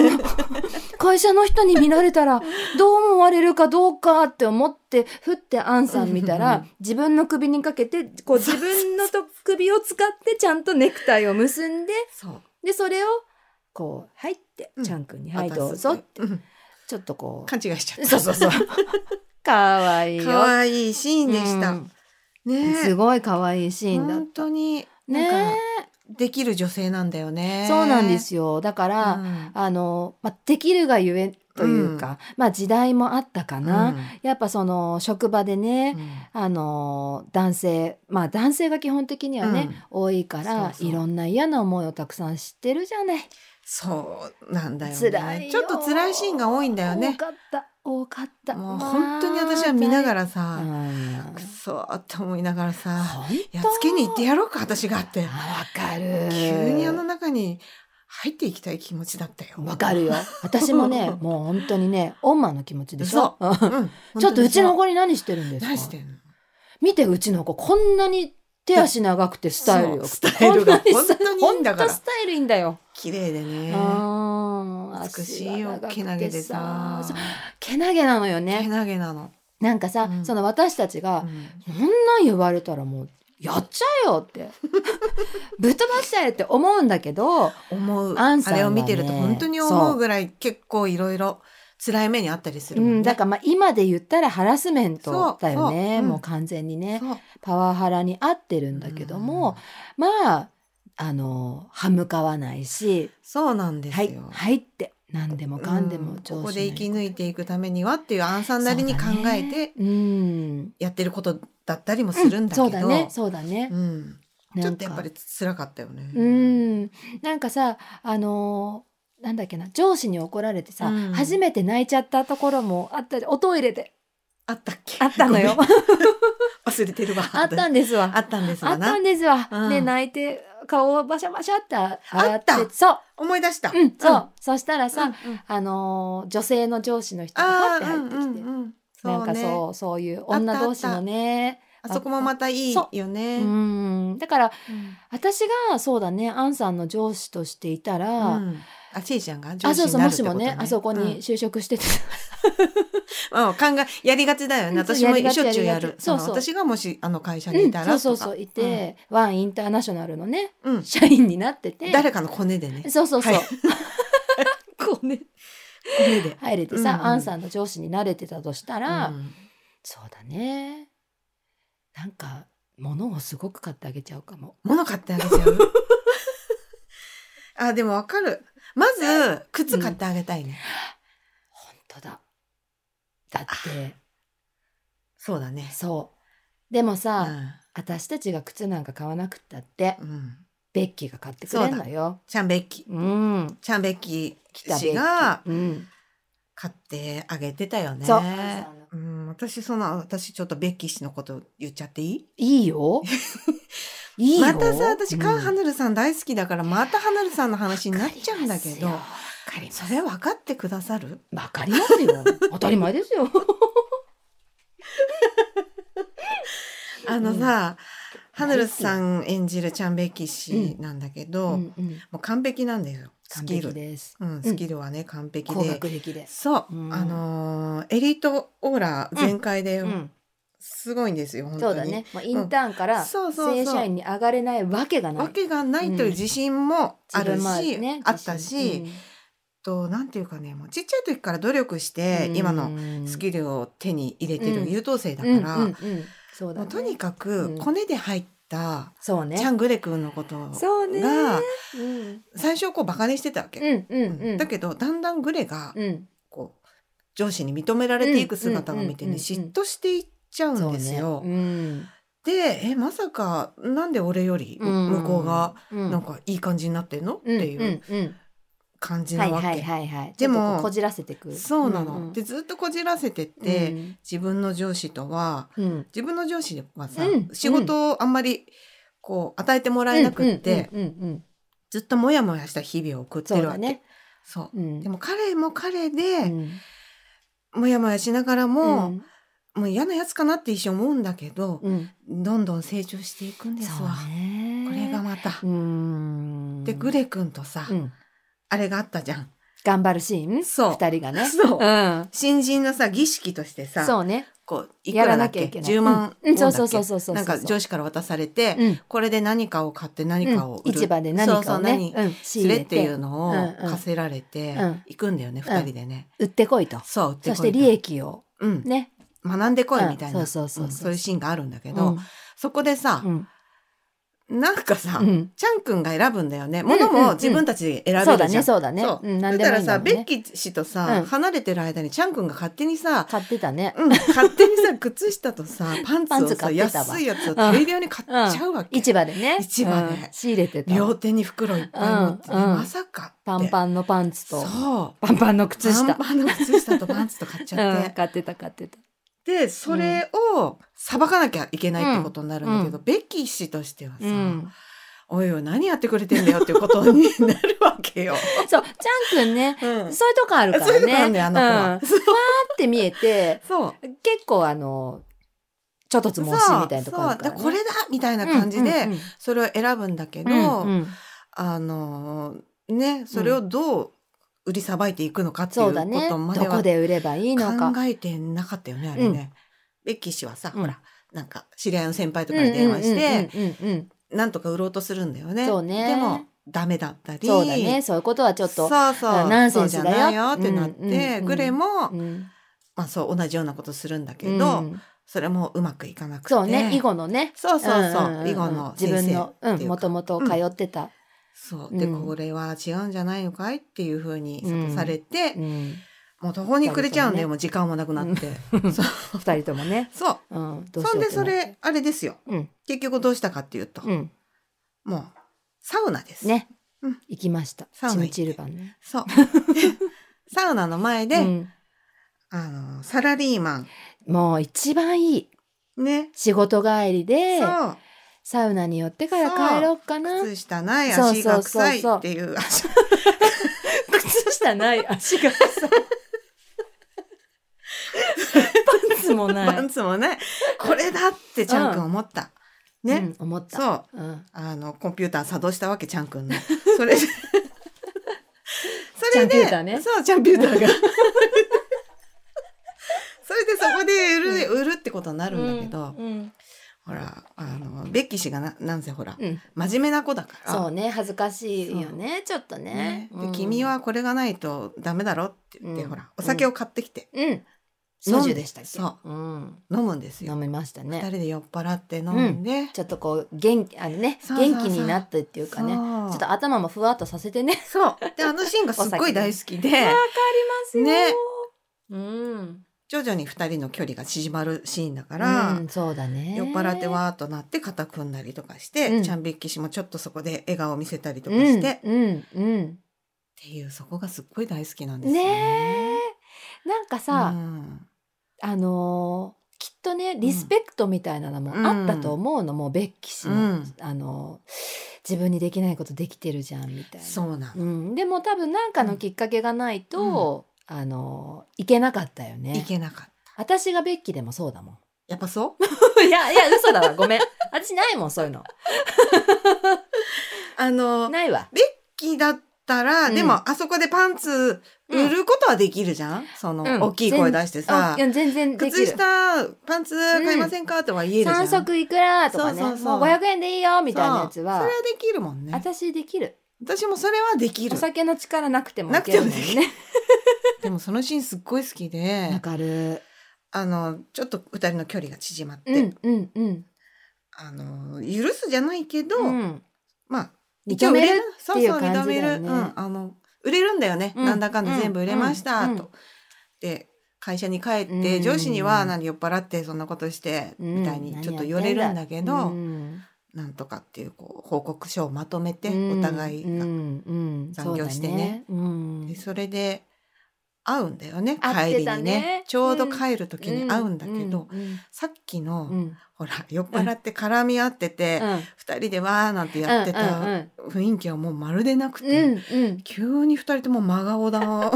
Speaker 2: 会社の人に見られたら、どう思われるかどうかって思って、ふってアンさん見た
Speaker 1: う
Speaker 2: ら
Speaker 1: ん、
Speaker 2: 自分の首にかけて、こう自分のと首を使って、ちゃんとネクタイを結んで、
Speaker 1: そう
Speaker 2: で、それを、こう、はいって、ちゃんくんに、はい、どうぞっ
Speaker 1: て、
Speaker 2: て、
Speaker 1: うん
Speaker 2: ちょっとこ
Speaker 1: 勘違いしちゃっ
Speaker 2: う、
Speaker 1: た
Speaker 2: そうそうそう。かわいいよ。
Speaker 1: (laughs) 可愛いシーンでした、
Speaker 2: うん
Speaker 1: ね
Speaker 2: すごいかわいいシーンだっ
Speaker 1: 本当に
Speaker 2: た。ね
Speaker 1: なんかできる女性なんだよね
Speaker 2: そうなんですよ。だから、
Speaker 1: うん
Speaker 2: あの、まあ、できるがゆえというか、まあ時代もあったかな、やっぱその職場で
Speaker 1: うん
Speaker 2: ね、あの男性まあ男性が基本的にはね、多いから
Speaker 1: そうそう
Speaker 2: いろんな嫌な思いをたくさん知ってるじゃない。
Speaker 1: そうなんだよね
Speaker 2: 辛いよ
Speaker 1: ちょっと辛いシーンが多いんだよ
Speaker 2: 多
Speaker 1: ね
Speaker 2: かった多かった。
Speaker 1: もう本当に私は見ながらさ、くそーって思いながらさ、
Speaker 2: 本
Speaker 1: やっつけに行ってやろうか私がって
Speaker 2: わかる。
Speaker 1: 急にあの中に入っていきたい気持ちだったよ
Speaker 2: わかるよ。私も
Speaker 1: (laughs)
Speaker 2: ねもう本当にねオンマの気持ちでしょ。
Speaker 1: うん本当に
Speaker 2: ちょっとうちの
Speaker 1: 子
Speaker 2: 子に何してるんですか
Speaker 1: 何してんの
Speaker 2: 見てうちの子こんなに手足長くてスタイルよく
Speaker 1: そうスタイルが
Speaker 2: こんなにスタ
Speaker 1: 本当にいいんだから
Speaker 2: 本当スタイルいいんだよ、
Speaker 1: 綺麗でね
Speaker 2: うん
Speaker 1: 美しいよ
Speaker 2: 足が長くて
Speaker 1: けなげでさ
Speaker 2: そうけなげなのよ
Speaker 1: け
Speaker 2: ね
Speaker 1: なげなの、
Speaker 2: なんかさ、
Speaker 1: うん
Speaker 2: その私たち
Speaker 1: う
Speaker 2: が、
Speaker 1: ん
Speaker 2: こん、そんなん言われたらもうやっちゃえよって
Speaker 1: (laughs)
Speaker 2: ぶっ飛ばしちゃえって思うんだけど
Speaker 1: 思う
Speaker 2: アンさん
Speaker 1: あ
Speaker 2: はね
Speaker 1: れを見てると本当に思うぐらい結構いろいろ辛い目にあったりす
Speaker 2: う
Speaker 1: るもんね。
Speaker 2: ん、だからまあ今で言ったらハラスメントだよね
Speaker 1: そうそううん
Speaker 2: もう完全にね
Speaker 1: そう
Speaker 2: パワハラに合ってるんだけども、まああの歯向かわないし
Speaker 1: そうなんです
Speaker 2: はい
Speaker 1: よ。
Speaker 2: はいって何でもかんで
Speaker 1: うん
Speaker 2: も上司の
Speaker 1: ここで生き抜いていくためにはっていうアンさんなりに考えて
Speaker 2: そうだねうん
Speaker 1: やってることだったりもするんだけど、
Speaker 2: そうだねそうだね、
Speaker 1: うんち
Speaker 2: な
Speaker 1: ょっ
Speaker 2: ん
Speaker 1: と
Speaker 2: か
Speaker 1: やっぱり辛かったよね。
Speaker 2: うんなんかさあのーなんだっけな上司に怒られてさ、
Speaker 1: うん
Speaker 2: 初めて泣いちゃったところもあったりおトイレで
Speaker 1: あったっけ
Speaker 2: あったのよ
Speaker 1: ごめん忘れてるわ。
Speaker 2: あったんですわ
Speaker 1: あったんです
Speaker 2: あ
Speaker 1: わ
Speaker 2: っ
Speaker 1: な
Speaker 2: たん。ですわ、
Speaker 1: うん
Speaker 2: で泣いて顔をバシャバシャって洗って
Speaker 1: あった
Speaker 2: そう
Speaker 1: 思い出した。
Speaker 2: うん、そう、そしたらさ、
Speaker 1: うんうん
Speaker 2: あのー女性の上司の人がパ
Speaker 1: あ
Speaker 2: って
Speaker 1: ー
Speaker 2: 入
Speaker 1: う
Speaker 2: っ
Speaker 1: ん
Speaker 2: てきて、
Speaker 1: うんうんそ
Speaker 2: なん
Speaker 1: う
Speaker 2: か
Speaker 1: ね
Speaker 2: そうそういう女同士のね
Speaker 1: あそこもまたいい
Speaker 2: そ
Speaker 1: よ
Speaker 2: う
Speaker 1: ね。
Speaker 2: んだから
Speaker 1: うん
Speaker 2: 私がそうだねアンさんの上司としていたら、
Speaker 1: うんあちいちゃんが上
Speaker 2: あ
Speaker 1: 司
Speaker 2: そ
Speaker 1: に
Speaker 2: うそう
Speaker 1: なる
Speaker 2: も
Speaker 1: って
Speaker 2: し
Speaker 1: こと
Speaker 2: もね
Speaker 1: ね。
Speaker 2: あそこ
Speaker 1: うん
Speaker 2: に就職してて、
Speaker 1: うん、考えやりがちだよね。
Speaker 2: うん
Speaker 1: 私も
Speaker 2: やりがち
Speaker 1: しょっちゅうや
Speaker 2: やり
Speaker 1: る
Speaker 2: が。ち
Speaker 1: その
Speaker 2: そうそう
Speaker 1: 私がもしあの会社
Speaker 2: う
Speaker 1: にい
Speaker 2: ん
Speaker 1: た
Speaker 2: そ
Speaker 1: ら
Speaker 2: うそ
Speaker 1: と
Speaker 2: う
Speaker 1: か。
Speaker 2: そういて、ワンインターナショナルのね
Speaker 1: うん、うん
Speaker 2: 社員になってて
Speaker 1: 誰かのコネでね。
Speaker 2: そうそうそう、
Speaker 1: はい
Speaker 2: こうね
Speaker 1: コネで。
Speaker 2: 入れてさ、
Speaker 1: うんうん
Speaker 2: アンさんの上司に慣れてたとしたら、
Speaker 1: うん
Speaker 2: そうだねなんか物をすごく買ってあげちゃうかも。
Speaker 1: 物買ってあげちゃう。 (laughs) あでもわかる。まず靴買ってあげたいね。
Speaker 2: 本当だだって
Speaker 1: そうだね。
Speaker 2: そうでも
Speaker 1: う
Speaker 2: さ、
Speaker 1: ん。
Speaker 2: 私たちが靴なんか買わなくったって
Speaker 1: うん。
Speaker 2: ベッキーが買ってくれんのよ。
Speaker 1: チャンベッキ
Speaker 2: うん
Speaker 1: チャンベッキ
Speaker 2: 北ベッキ
Speaker 1: 氏
Speaker 2: ー
Speaker 1: が
Speaker 2: うん
Speaker 1: 買ってあげてたよね。
Speaker 2: そう
Speaker 1: うん、私その私ちょっとベッキー氏のこと言っちゃっていい
Speaker 2: い
Speaker 1: (laughs)
Speaker 2: いよいいよ
Speaker 1: またさ私カン・ハ
Speaker 2: の
Speaker 1: ヌルさん大好きだからまたハヌルさんの話になっちゃうんだけど
Speaker 2: わかります
Speaker 1: それ分かってくださる
Speaker 2: わかりま
Speaker 1: (laughs)
Speaker 2: すよ当たり前ですよ
Speaker 1: あのさ、
Speaker 2: うん
Speaker 1: ハヌルさん演じるチャンベッキー氏なんだけ
Speaker 2: う
Speaker 1: ど、
Speaker 2: んうん
Speaker 1: もう完璧なんですよス
Speaker 2: 完
Speaker 1: キ
Speaker 2: 璧
Speaker 1: ル。
Speaker 2: です
Speaker 1: うん、スキルはね、完璧
Speaker 2: 高
Speaker 1: で
Speaker 2: 学歴で
Speaker 1: そう、
Speaker 2: うん
Speaker 1: あのーエリートオーラ全開で
Speaker 2: うん
Speaker 1: すごいんですよ、本当に
Speaker 2: そうだね、まあ、インターンから
Speaker 1: そうそうそう
Speaker 2: 正社員に上がれないわけがない
Speaker 1: わけがないという自信もあるし、
Speaker 2: 自分もね
Speaker 1: あった
Speaker 2: 自
Speaker 1: し、
Speaker 2: 信
Speaker 1: となんていうかねもうちっちゃい時から努力し
Speaker 2: うん
Speaker 1: て、今の
Speaker 2: うん
Speaker 1: スキルを手に入れて
Speaker 2: うん
Speaker 1: る優等生だから、
Speaker 2: うんうんうんそうだ
Speaker 1: も
Speaker 2: ね
Speaker 1: うとにか
Speaker 2: う
Speaker 1: く
Speaker 2: ん
Speaker 1: コネで入った
Speaker 2: そうね
Speaker 1: チャングレ君のことが
Speaker 2: そうねうん
Speaker 1: 最初こうバカにしてたわ
Speaker 2: う
Speaker 1: け、
Speaker 2: んうんうん
Speaker 1: だけどだんだんグレが
Speaker 2: うん
Speaker 1: こう上司に認められていく姿を見てね
Speaker 2: うんうんうんうん
Speaker 1: 嫉妬していっちゃう
Speaker 2: そ
Speaker 1: ん
Speaker 2: う
Speaker 1: です
Speaker 2: ね
Speaker 1: よ。
Speaker 2: うん
Speaker 1: でえまさかなんで俺より向こうが
Speaker 2: な
Speaker 1: なんかいい感じになってんの、っていう
Speaker 2: うんうんうん
Speaker 1: 感じ
Speaker 2: は
Speaker 1: ないわけ。
Speaker 2: はいはいはい。
Speaker 1: でも
Speaker 2: ちょっとこうこじらせてく。
Speaker 1: そうなの、
Speaker 2: んん
Speaker 1: でずっとこじらせてって、、自分の上司とは
Speaker 2: うん、
Speaker 1: 自分の上司はさ、
Speaker 2: うん
Speaker 1: 仕事をあんまりこう与えてもらえなくって、
Speaker 2: うんうんうんうんうん
Speaker 1: ずっとモヤモヤした日々を送って
Speaker 2: そう
Speaker 1: るわ
Speaker 2: だ
Speaker 1: け。
Speaker 2: ね。
Speaker 1: そう
Speaker 2: うん
Speaker 1: でも彼も彼で、
Speaker 2: ん
Speaker 1: モヤモヤしながらも、
Speaker 2: ん
Speaker 1: もう嫌なやつかなって一瞬思うんだけど、
Speaker 2: うん、
Speaker 1: どんどん成長していくんです
Speaker 2: そう
Speaker 1: わ。
Speaker 2: ね。
Speaker 1: これがまた。
Speaker 2: うーん。
Speaker 1: でグレ君とさ、
Speaker 2: うん、
Speaker 1: あれがあったじゃん。
Speaker 2: 頑張るシーン。
Speaker 1: そう
Speaker 2: 二人がね。。
Speaker 1: そうん新人のさ儀式としてさ
Speaker 2: そうね。
Speaker 1: こういく
Speaker 2: やら
Speaker 1: らだ
Speaker 2: な
Speaker 1: っ
Speaker 2: きゃ
Speaker 1: け
Speaker 2: いけない。
Speaker 1: 10万
Speaker 2: うんうん、そうそ
Speaker 1: ウ
Speaker 2: う
Speaker 1: ォンだ
Speaker 2: そ
Speaker 1: っ
Speaker 2: うそうそ
Speaker 1: け
Speaker 2: う。
Speaker 1: なんか上司から渡されて、
Speaker 2: うん
Speaker 1: これで何かを買って何かを売る、
Speaker 2: 市場で何か
Speaker 1: そ
Speaker 2: を
Speaker 1: うそう
Speaker 2: ね
Speaker 1: 何、
Speaker 2: うん、仕
Speaker 1: す
Speaker 2: 入
Speaker 1: れ
Speaker 2: れ
Speaker 1: ってい
Speaker 2: て
Speaker 1: うのを
Speaker 2: うん
Speaker 1: 課せられて
Speaker 2: うん
Speaker 1: 行くんだよね、
Speaker 2: うん
Speaker 1: 二人でね、
Speaker 2: 売ってこいと。
Speaker 1: そう売って
Speaker 2: そ
Speaker 1: こい
Speaker 2: して利益を
Speaker 1: うん、
Speaker 2: ね。
Speaker 1: 学んでこいみたいな、
Speaker 2: うんそうそうそうそうん
Speaker 1: そういうシーンがあるんだけど、そこでさ
Speaker 2: う、ん、
Speaker 1: なんかさ、
Speaker 2: うん、
Speaker 1: チャン君が選ぶんだよね
Speaker 2: んうんうん
Speaker 1: 物も自分たちで選
Speaker 2: そう
Speaker 1: べ
Speaker 2: だ
Speaker 1: るじゃ
Speaker 2: ね
Speaker 1: ん、
Speaker 2: そうだね
Speaker 1: そう
Speaker 2: うん
Speaker 1: だ
Speaker 2: 何で
Speaker 1: か
Speaker 2: も
Speaker 1: ら
Speaker 2: いいんだ
Speaker 1: さ、
Speaker 2: もん
Speaker 1: ベッ
Speaker 2: ね
Speaker 1: キー氏とさ、
Speaker 2: うん
Speaker 1: 離れてる間にチャン君が勝手にさ、
Speaker 2: 買ってたね
Speaker 1: うん、勝手に
Speaker 2: (laughs)
Speaker 1: さ靴下とさパンツ
Speaker 2: パン
Speaker 1: を
Speaker 2: ツ
Speaker 1: さ
Speaker 2: 買ってたわ
Speaker 1: 安いやつを大量に買っちゃうわけ、
Speaker 2: 市場でね
Speaker 1: (laughs) 市場で
Speaker 2: うん仕入れてた
Speaker 1: 両手に袋いっぱい持ってね、
Speaker 2: うんうん
Speaker 1: まさかって
Speaker 2: パンパンのパンツと
Speaker 1: そう
Speaker 2: パンパンの靴下
Speaker 1: パンパンの靴下とパンツと買っちゃっ
Speaker 2: うん、
Speaker 1: て、
Speaker 2: 買ってた買ってた
Speaker 1: でそれをさばかなきゃいけないってことになるんだけど、ベッキー氏としてはさ、
Speaker 2: うん、
Speaker 1: おいおい何やってくれてんだよっていうことになるわけよ。
Speaker 2: そうちゃんくんね
Speaker 1: うん
Speaker 2: (laughs) そういうとこあるから
Speaker 1: そういうとこある
Speaker 2: ね
Speaker 1: ねあの子は
Speaker 2: うん、パーって見えて
Speaker 1: そう
Speaker 2: 結構あのちょっとつ
Speaker 1: そう
Speaker 2: もしみたいなとこあ
Speaker 1: そう
Speaker 2: るか
Speaker 1: だ
Speaker 2: ら、ね、
Speaker 1: これだみたいな感じ
Speaker 2: うん
Speaker 1: で
Speaker 2: うん
Speaker 1: それを選ぶんだけど、
Speaker 2: うんうんうん
Speaker 1: あのーねそれをどう売りさばいていくのかっていう
Speaker 2: そ
Speaker 1: こ
Speaker 2: うだね
Speaker 1: とま
Speaker 2: ど
Speaker 1: では
Speaker 2: こで売ればいいのか
Speaker 1: 考えてなかったよねあれね。ベッキー氏はさ、
Speaker 2: うん
Speaker 1: ほらなんか知り合いの先輩とかに電話して、
Speaker 2: うんうんうんうんうんうん
Speaker 1: なんとか売ろうとするんだよね。
Speaker 2: そうね
Speaker 1: でもダメだったり
Speaker 2: そうだねそういうことはちょっ
Speaker 1: そ
Speaker 2: と
Speaker 1: うそう
Speaker 2: ナンセンス
Speaker 1: そうじ
Speaker 2: だよ
Speaker 1: ゃないよってなって、
Speaker 2: うんうんうん
Speaker 1: グレも、
Speaker 2: うん
Speaker 1: まあ、そう同じようなことするんだけ
Speaker 2: う
Speaker 1: ど、
Speaker 2: ん
Speaker 1: それもうまくいかなくて
Speaker 2: そうね囲碁のね
Speaker 1: そうそうそう,、
Speaker 2: んんんん
Speaker 1: 囲碁の
Speaker 2: 自
Speaker 1: 先生
Speaker 2: 分の
Speaker 1: っていうか
Speaker 2: もともと通ってた、
Speaker 1: そうで、
Speaker 2: うん
Speaker 1: これは違うんじゃないのかいっていうふうに
Speaker 2: うん
Speaker 1: されて、
Speaker 2: うん
Speaker 1: もう途方に暮れちゃうんだよ、
Speaker 2: 二人ともね
Speaker 1: もう時間もなくなって、 (laughs) そう
Speaker 2: 二人ともね、
Speaker 1: そう
Speaker 2: うん、 (laughs) どうし
Speaker 1: そん
Speaker 2: よ
Speaker 1: で
Speaker 2: うってな
Speaker 1: そ
Speaker 2: って
Speaker 1: れあれですよ
Speaker 2: うん
Speaker 1: 結局どうしたかっていうと、
Speaker 2: うん
Speaker 1: もうサウナです、
Speaker 2: ね、
Speaker 1: うん
Speaker 2: 行きました
Speaker 1: サウ
Speaker 2: チ
Speaker 1: ナ行っ
Speaker 2: ム
Speaker 1: て
Speaker 2: チルバンね
Speaker 1: そう (laughs) サウナの前で、
Speaker 2: うん
Speaker 1: あのサラリーマン
Speaker 2: もう一番いい
Speaker 1: ね、
Speaker 2: 仕事帰りで
Speaker 1: そう
Speaker 2: サウナに寄ってから帰ろうかな
Speaker 1: 靴下ない
Speaker 2: そう
Speaker 1: 足
Speaker 2: そう
Speaker 1: が
Speaker 2: そうそう
Speaker 1: 臭いっていう足
Speaker 2: 靴下
Speaker 1: (laughs)
Speaker 2: ない足がさパンツもない
Speaker 1: パンツもねこれだってちゃんくん思った、ね、
Speaker 2: うん、思った
Speaker 1: そう
Speaker 2: うん、
Speaker 1: あのコンピューター作動したわけちゃん
Speaker 2: (laughs)
Speaker 1: くんのそれでそ
Speaker 2: ちゃんピューターね
Speaker 1: そうちゃんピューターがそれでそこで売る,、売るってことになるんだけど、
Speaker 2: うん
Speaker 1: ほらあのベッキー氏がななんせほら
Speaker 2: うん
Speaker 1: 真面目な子だから
Speaker 2: そうね恥ずかしいよねちょっとね
Speaker 1: ねで
Speaker 2: うん
Speaker 1: 君はこれがないとダメだろって言って、
Speaker 2: うん
Speaker 1: ほらお酒を買ってきて
Speaker 2: うん
Speaker 1: 飲んで
Speaker 2: ソジュでしたっけ
Speaker 1: そ
Speaker 2: うん、
Speaker 1: 飲むんですよ
Speaker 2: 飲みました
Speaker 1: 二
Speaker 2: ね
Speaker 1: 人で酔っ払って飲んで、
Speaker 2: ちょっとこう元気あのね
Speaker 1: そうそうそう
Speaker 2: 元気になったっていうかね
Speaker 1: そう
Speaker 2: ちょっと頭もふわっとさせてね
Speaker 1: そうであのシーンがすっごい大好き
Speaker 2: (laughs)
Speaker 1: で
Speaker 2: ます
Speaker 1: よ
Speaker 2: ねうん
Speaker 1: 徐々に二人の距離が縮まるシーンだから、
Speaker 2: うん、そうだね
Speaker 1: 酔っ払ってわーっとなって肩組んだりとかして、
Speaker 2: うん
Speaker 1: ちゃんびっきしもちょっとそこで笑顔を見せたりと
Speaker 2: と
Speaker 1: かして、っ
Speaker 2: うんうん、
Speaker 1: ていうそこがすっごい大好きなん
Speaker 2: う
Speaker 1: で
Speaker 2: ん、
Speaker 1: すよ
Speaker 2: ね
Speaker 1: ね。
Speaker 2: えなんか
Speaker 1: う
Speaker 2: さ、
Speaker 1: ん
Speaker 2: あのーきっとねリスペクトみたいなのもあったと思うの、もうベッキ氏の、
Speaker 1: うん
Speaker 2: あのー自分にできないことできてるじゃんみたいな
Speaker 1: そうな
Speaker 2: う
Speaker 1: の、
Speaker 2: ん、でも多分なんかのきっかけがないと、あのーいけなかったよ
Speaker 1: い
Speaker 2: ね
Speaker 1: けなかった。
Speaker 2: 私がベッキーでもそうだもん
Speaker 1: やっぱそう
Speaker 2: (laughs)
Speaker 1: (laughs)
Speaker 2: いやいや嘘だわごめん私ないもんそういうの
Speaker 1: あのベッ
Speaker 2: (laughs) ないわ
Speaker 1: キーだったら、
Speaker 2: うん
Speaker 1: でもあそこでパンツ売ることはできるじゃん、その、
Speaker 2: うん
Speaker 1: 大きい声出して
Speaker 2: あ
Speaker 1: さ
Speaker 2: い。や全然でき
Speaker 1: 靴
Speaker 2: る
Speaker 1: 下パンツ買いませんか、とは言えるじゃん
Speaker 2: 3足いくらとかね
Speaker 1: そうそうそう
Speaker 2: もう500円でいいよみたいなやつ
Speaker 1: そう
Speaker 2: は
Speaker 1: それはできるもんね
Speaker 2: 私できる
Speaker 1: 私もそれはでき
Speaker 2: お
Speaker 1: る
Speaker 2: 酒の力なくてもいけるもん
Speaker 1: なくて
Speaker 2: ね
Speaker 1: でもそのシーンすっごい好きで
Speaker 2: わかる
Speaker 1: あのちょっと二人の距離が縮まって、
Speaker 2: うんうんうん
Speaker 1: あの許すじゃないけど、
Speaker 2: うん
Speaker 1: まあ
Speaker 2: 認める
Speaker 1: 一応
Speaker 2: っていう
Speaker 1: 売れる
Speaker 2: 感じだよね
Speaker 1: そうそう認める、うん、あの売れるんだよね、
Speaker 2: うん
Speaker 1: なんだかんだ全部売れました、
Speaker 2: うん
Speaker 1: と。で会社に帰って、
Speaker 2: うん
Speaker 1: 上司には何酔っ払ってそんなことして、みたいにちょっと言われるんだけど、
Speaker 2: うん
Speaker 1: なんとかっていうこう報告書をまとめて、
Speaker 2: うん
Speaker 1: お互いが、
Speaker 2: うんうん
Speaker 1: 残業してね
Speaker 2: そうだうん
Speaker 1: でそれで会うんだよね
Speaker 2: 会っ
Speaker 1: 帰
Speaker 2: て
Speaker 1: り
Speaker 2: た
Speaker 1: にね
Speaker 2: ね
Speaker 1: ちょうど帰る時に会うんだけど、
Speaker 2: うん
Speaker 1: さっきの、
Speaker 2: うんうん
Speaker 1: ほら酔っ払って絡み合ってて、
Speaker 2: うん
Speaker 1: 二人でわーなんてやって
Speaker 2: うんう
Speaker 1: た
Speaker 2: ん
Speaker 1: 雰囲気はもうまるでなくて、
Speaker 2: うん
Speaker 1: 急に二人とも真顔だ
Speaker 2: (laughs)
Speaker 1: 真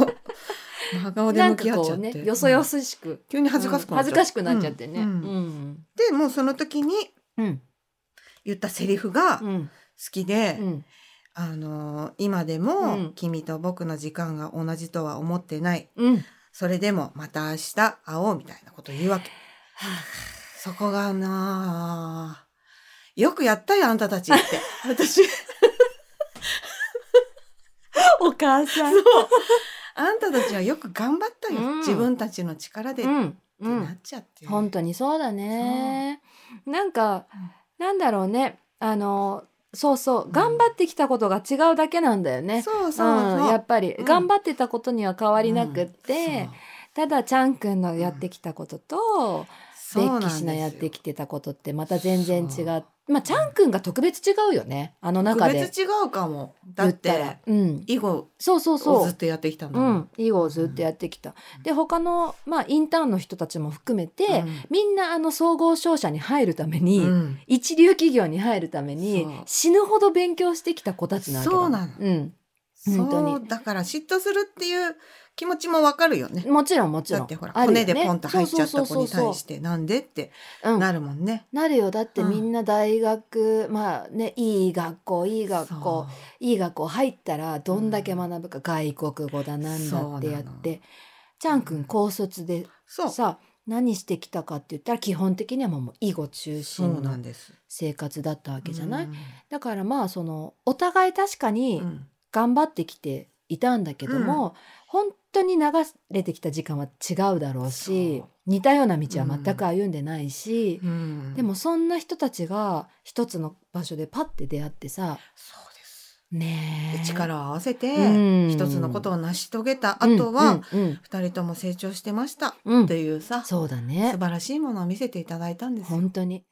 Speaker 2: う
Speaker 1: 顔
Speaker 2: ん、
Speaker 1: で
Speaker 2: なん
Speaker 1: 向
Speaker 2: か
Speaker 1: き合っち
Speaker 2: こ
Speaker 1: ゃっ
Speaker 2: う
Speaker 1: て、
Speaker 2: ねよそよそしく
Speaker 1: 急に恥ずかしく
Speaker 2: うん
Speaker 1: なっちゃ
Speaker 2: 恥
Speaker 1: って、
Speaker 2: ずかしくなっちゃってね
Speaker 1: う
Speaker 2: うんん
Speaker 1: でもうその時に
Speaker 2: うん
Speaker 1: 言ったセリフが
Speaker 2: う
Speaker 1: 好
Speaker 2: ん
Speaker 1: きで、
Speaker 2: うん
Speaker 1: あのー今で
Speaker 2: う
Speaker 1: も
Speaker 2: ん
Speaker 1: 君と僕の時間が同じとは思ってない
Speaker 2: うん
Speaker 1: それでもまた明日会おうみたいなこと言うわけそこがなあよくやったよあんたたちって私
Speaker 2: お母さん
Speaker 1: あんたたちはよく頑張ったよ、
Speaker 2: うん
Speaker 1: 自分たちの力で、
Speaker 2: う
Speaker 1: って
Speaker 2: んう
Speaker 1: なっ
Speaker 2: ん
Speaker 1: ちゃって、
Speaker 2: 本当にそうだねなんかなんだろうねあのそうそう
Speaker 1: うん
Speaker 2: 頑張ってきたことが違うだけなんだよね
Speaker 1: そうそうそう、
Speaker 2: うんやっぱり
Speaker 1: うん
Speaker 2: 頑張ってたことには変わりなくってただちゃんくんのやってきたことと
Speaker 1: そ
Speaker 2: ベ
Speaker 1: う
Speaker 2: ッキー氏のやってきてたことってまた全然違
Speaker 1: そう
Speaker 2: うまあちゃんくんが特別違うよねあの中
Speaker 1: 中
Speaker 2: で
Speaker 1: 別違うかもだ
Speaker 2: 言
Speaker 1: っ
Speaker 2: ったら
Speaker 1: て
Speaker 2: うん
Speaker 1: 囲碁
Speaker 2: そうそう
Speaker 1: を
Speaker 2: そ
Speaker 1: ずっ
Speaker 2: う
Speaker 1: とやってきたんだ
Speaker 2: う
Speaker 1: も
Speaker 2: ん、囲碁をずっとやってきた、
Speaker 1: うん
Speaker 2: で他の、まあ、インターンの人たちも含めて、
Speaker 1: うん
Speaker 2: みんなあの総合商社に入るために、
Speaker 1: うん
Speaker 2: 一流企業に入るために
Speaker 1: そう
Speaker 2: 死ぬほど勉強してきた子たちなわけだ
Speaker 1: そうなの
Speaker 2: うん、本当に
Speaker 1: そうだから嫉妬するっていう気持ちもわかるよね
Speaker 2: もちろんもち
Speaker 1: だ
Speaker 2: ろん
Speaker 1: ってほら、
Speaker 2: あるよ
Speaker 1: 骨
Speaker 2: ね
Speaker 1: でポンと入っちゃった子に
Speaker 2: そうそうそう
Speaker 1: 対
Speaker 2: そ
Speaker 1: してなんでって
Speaker 2: ううん
Speaker 1: なるもんね。
Speaker 2: なるよだって
Speaker 1: うん
Speaker 2: みんな大学、まあねいい学校いい学校いい学校入ったらどんだけ学ぶか、外国語だなんだってやっ
Speaker 1: そうなの
Speaker 2: てちゃんくん高卒で
Speaker 1: そう。そう
Speaker 2: さ何してきたかって言ったら基本的にはもう囲碁中
Speaker 1: そう
Speaker 2: 心
Speaker 1: な
Speaker 2: の
Speaker 1: んです。
Speaker 2: 生活だったわけじゃない、
Speaker 1: うん
Speaker 2: だからまあそのお互い確かに
Speaker 1: うん
Speaker 2: 頑張ってきていたんだけども、本当に流れてきた時間は違うだろうし
Speaker 1: そう
Speaker 2: 似たような道は全く歩んでないし、
Speaker 1: うん
Speaker 2: でもそんな人たちが一つの場所でパッて出会ってさ
Speaker 1: そうです。
Speaker 2: ね
Speaker 1: で
Speaker 2: え
Speaker 1: 力を合わせて
Speaker 2: うん
Speaker 1: 一つのことを成し遂げた後は、
Speaker 2: うんうん
Speaker 1: 二人とも成長してましたっ
Speaker 2: うんうん
Speaker 1: ていうさ、
Speaker 2: そうだ
Speaker 1: 素
Speaker 2: ね
Speaker 1: 晴らしいものを見せていただいたんですよ。
Speaker 2: 本当に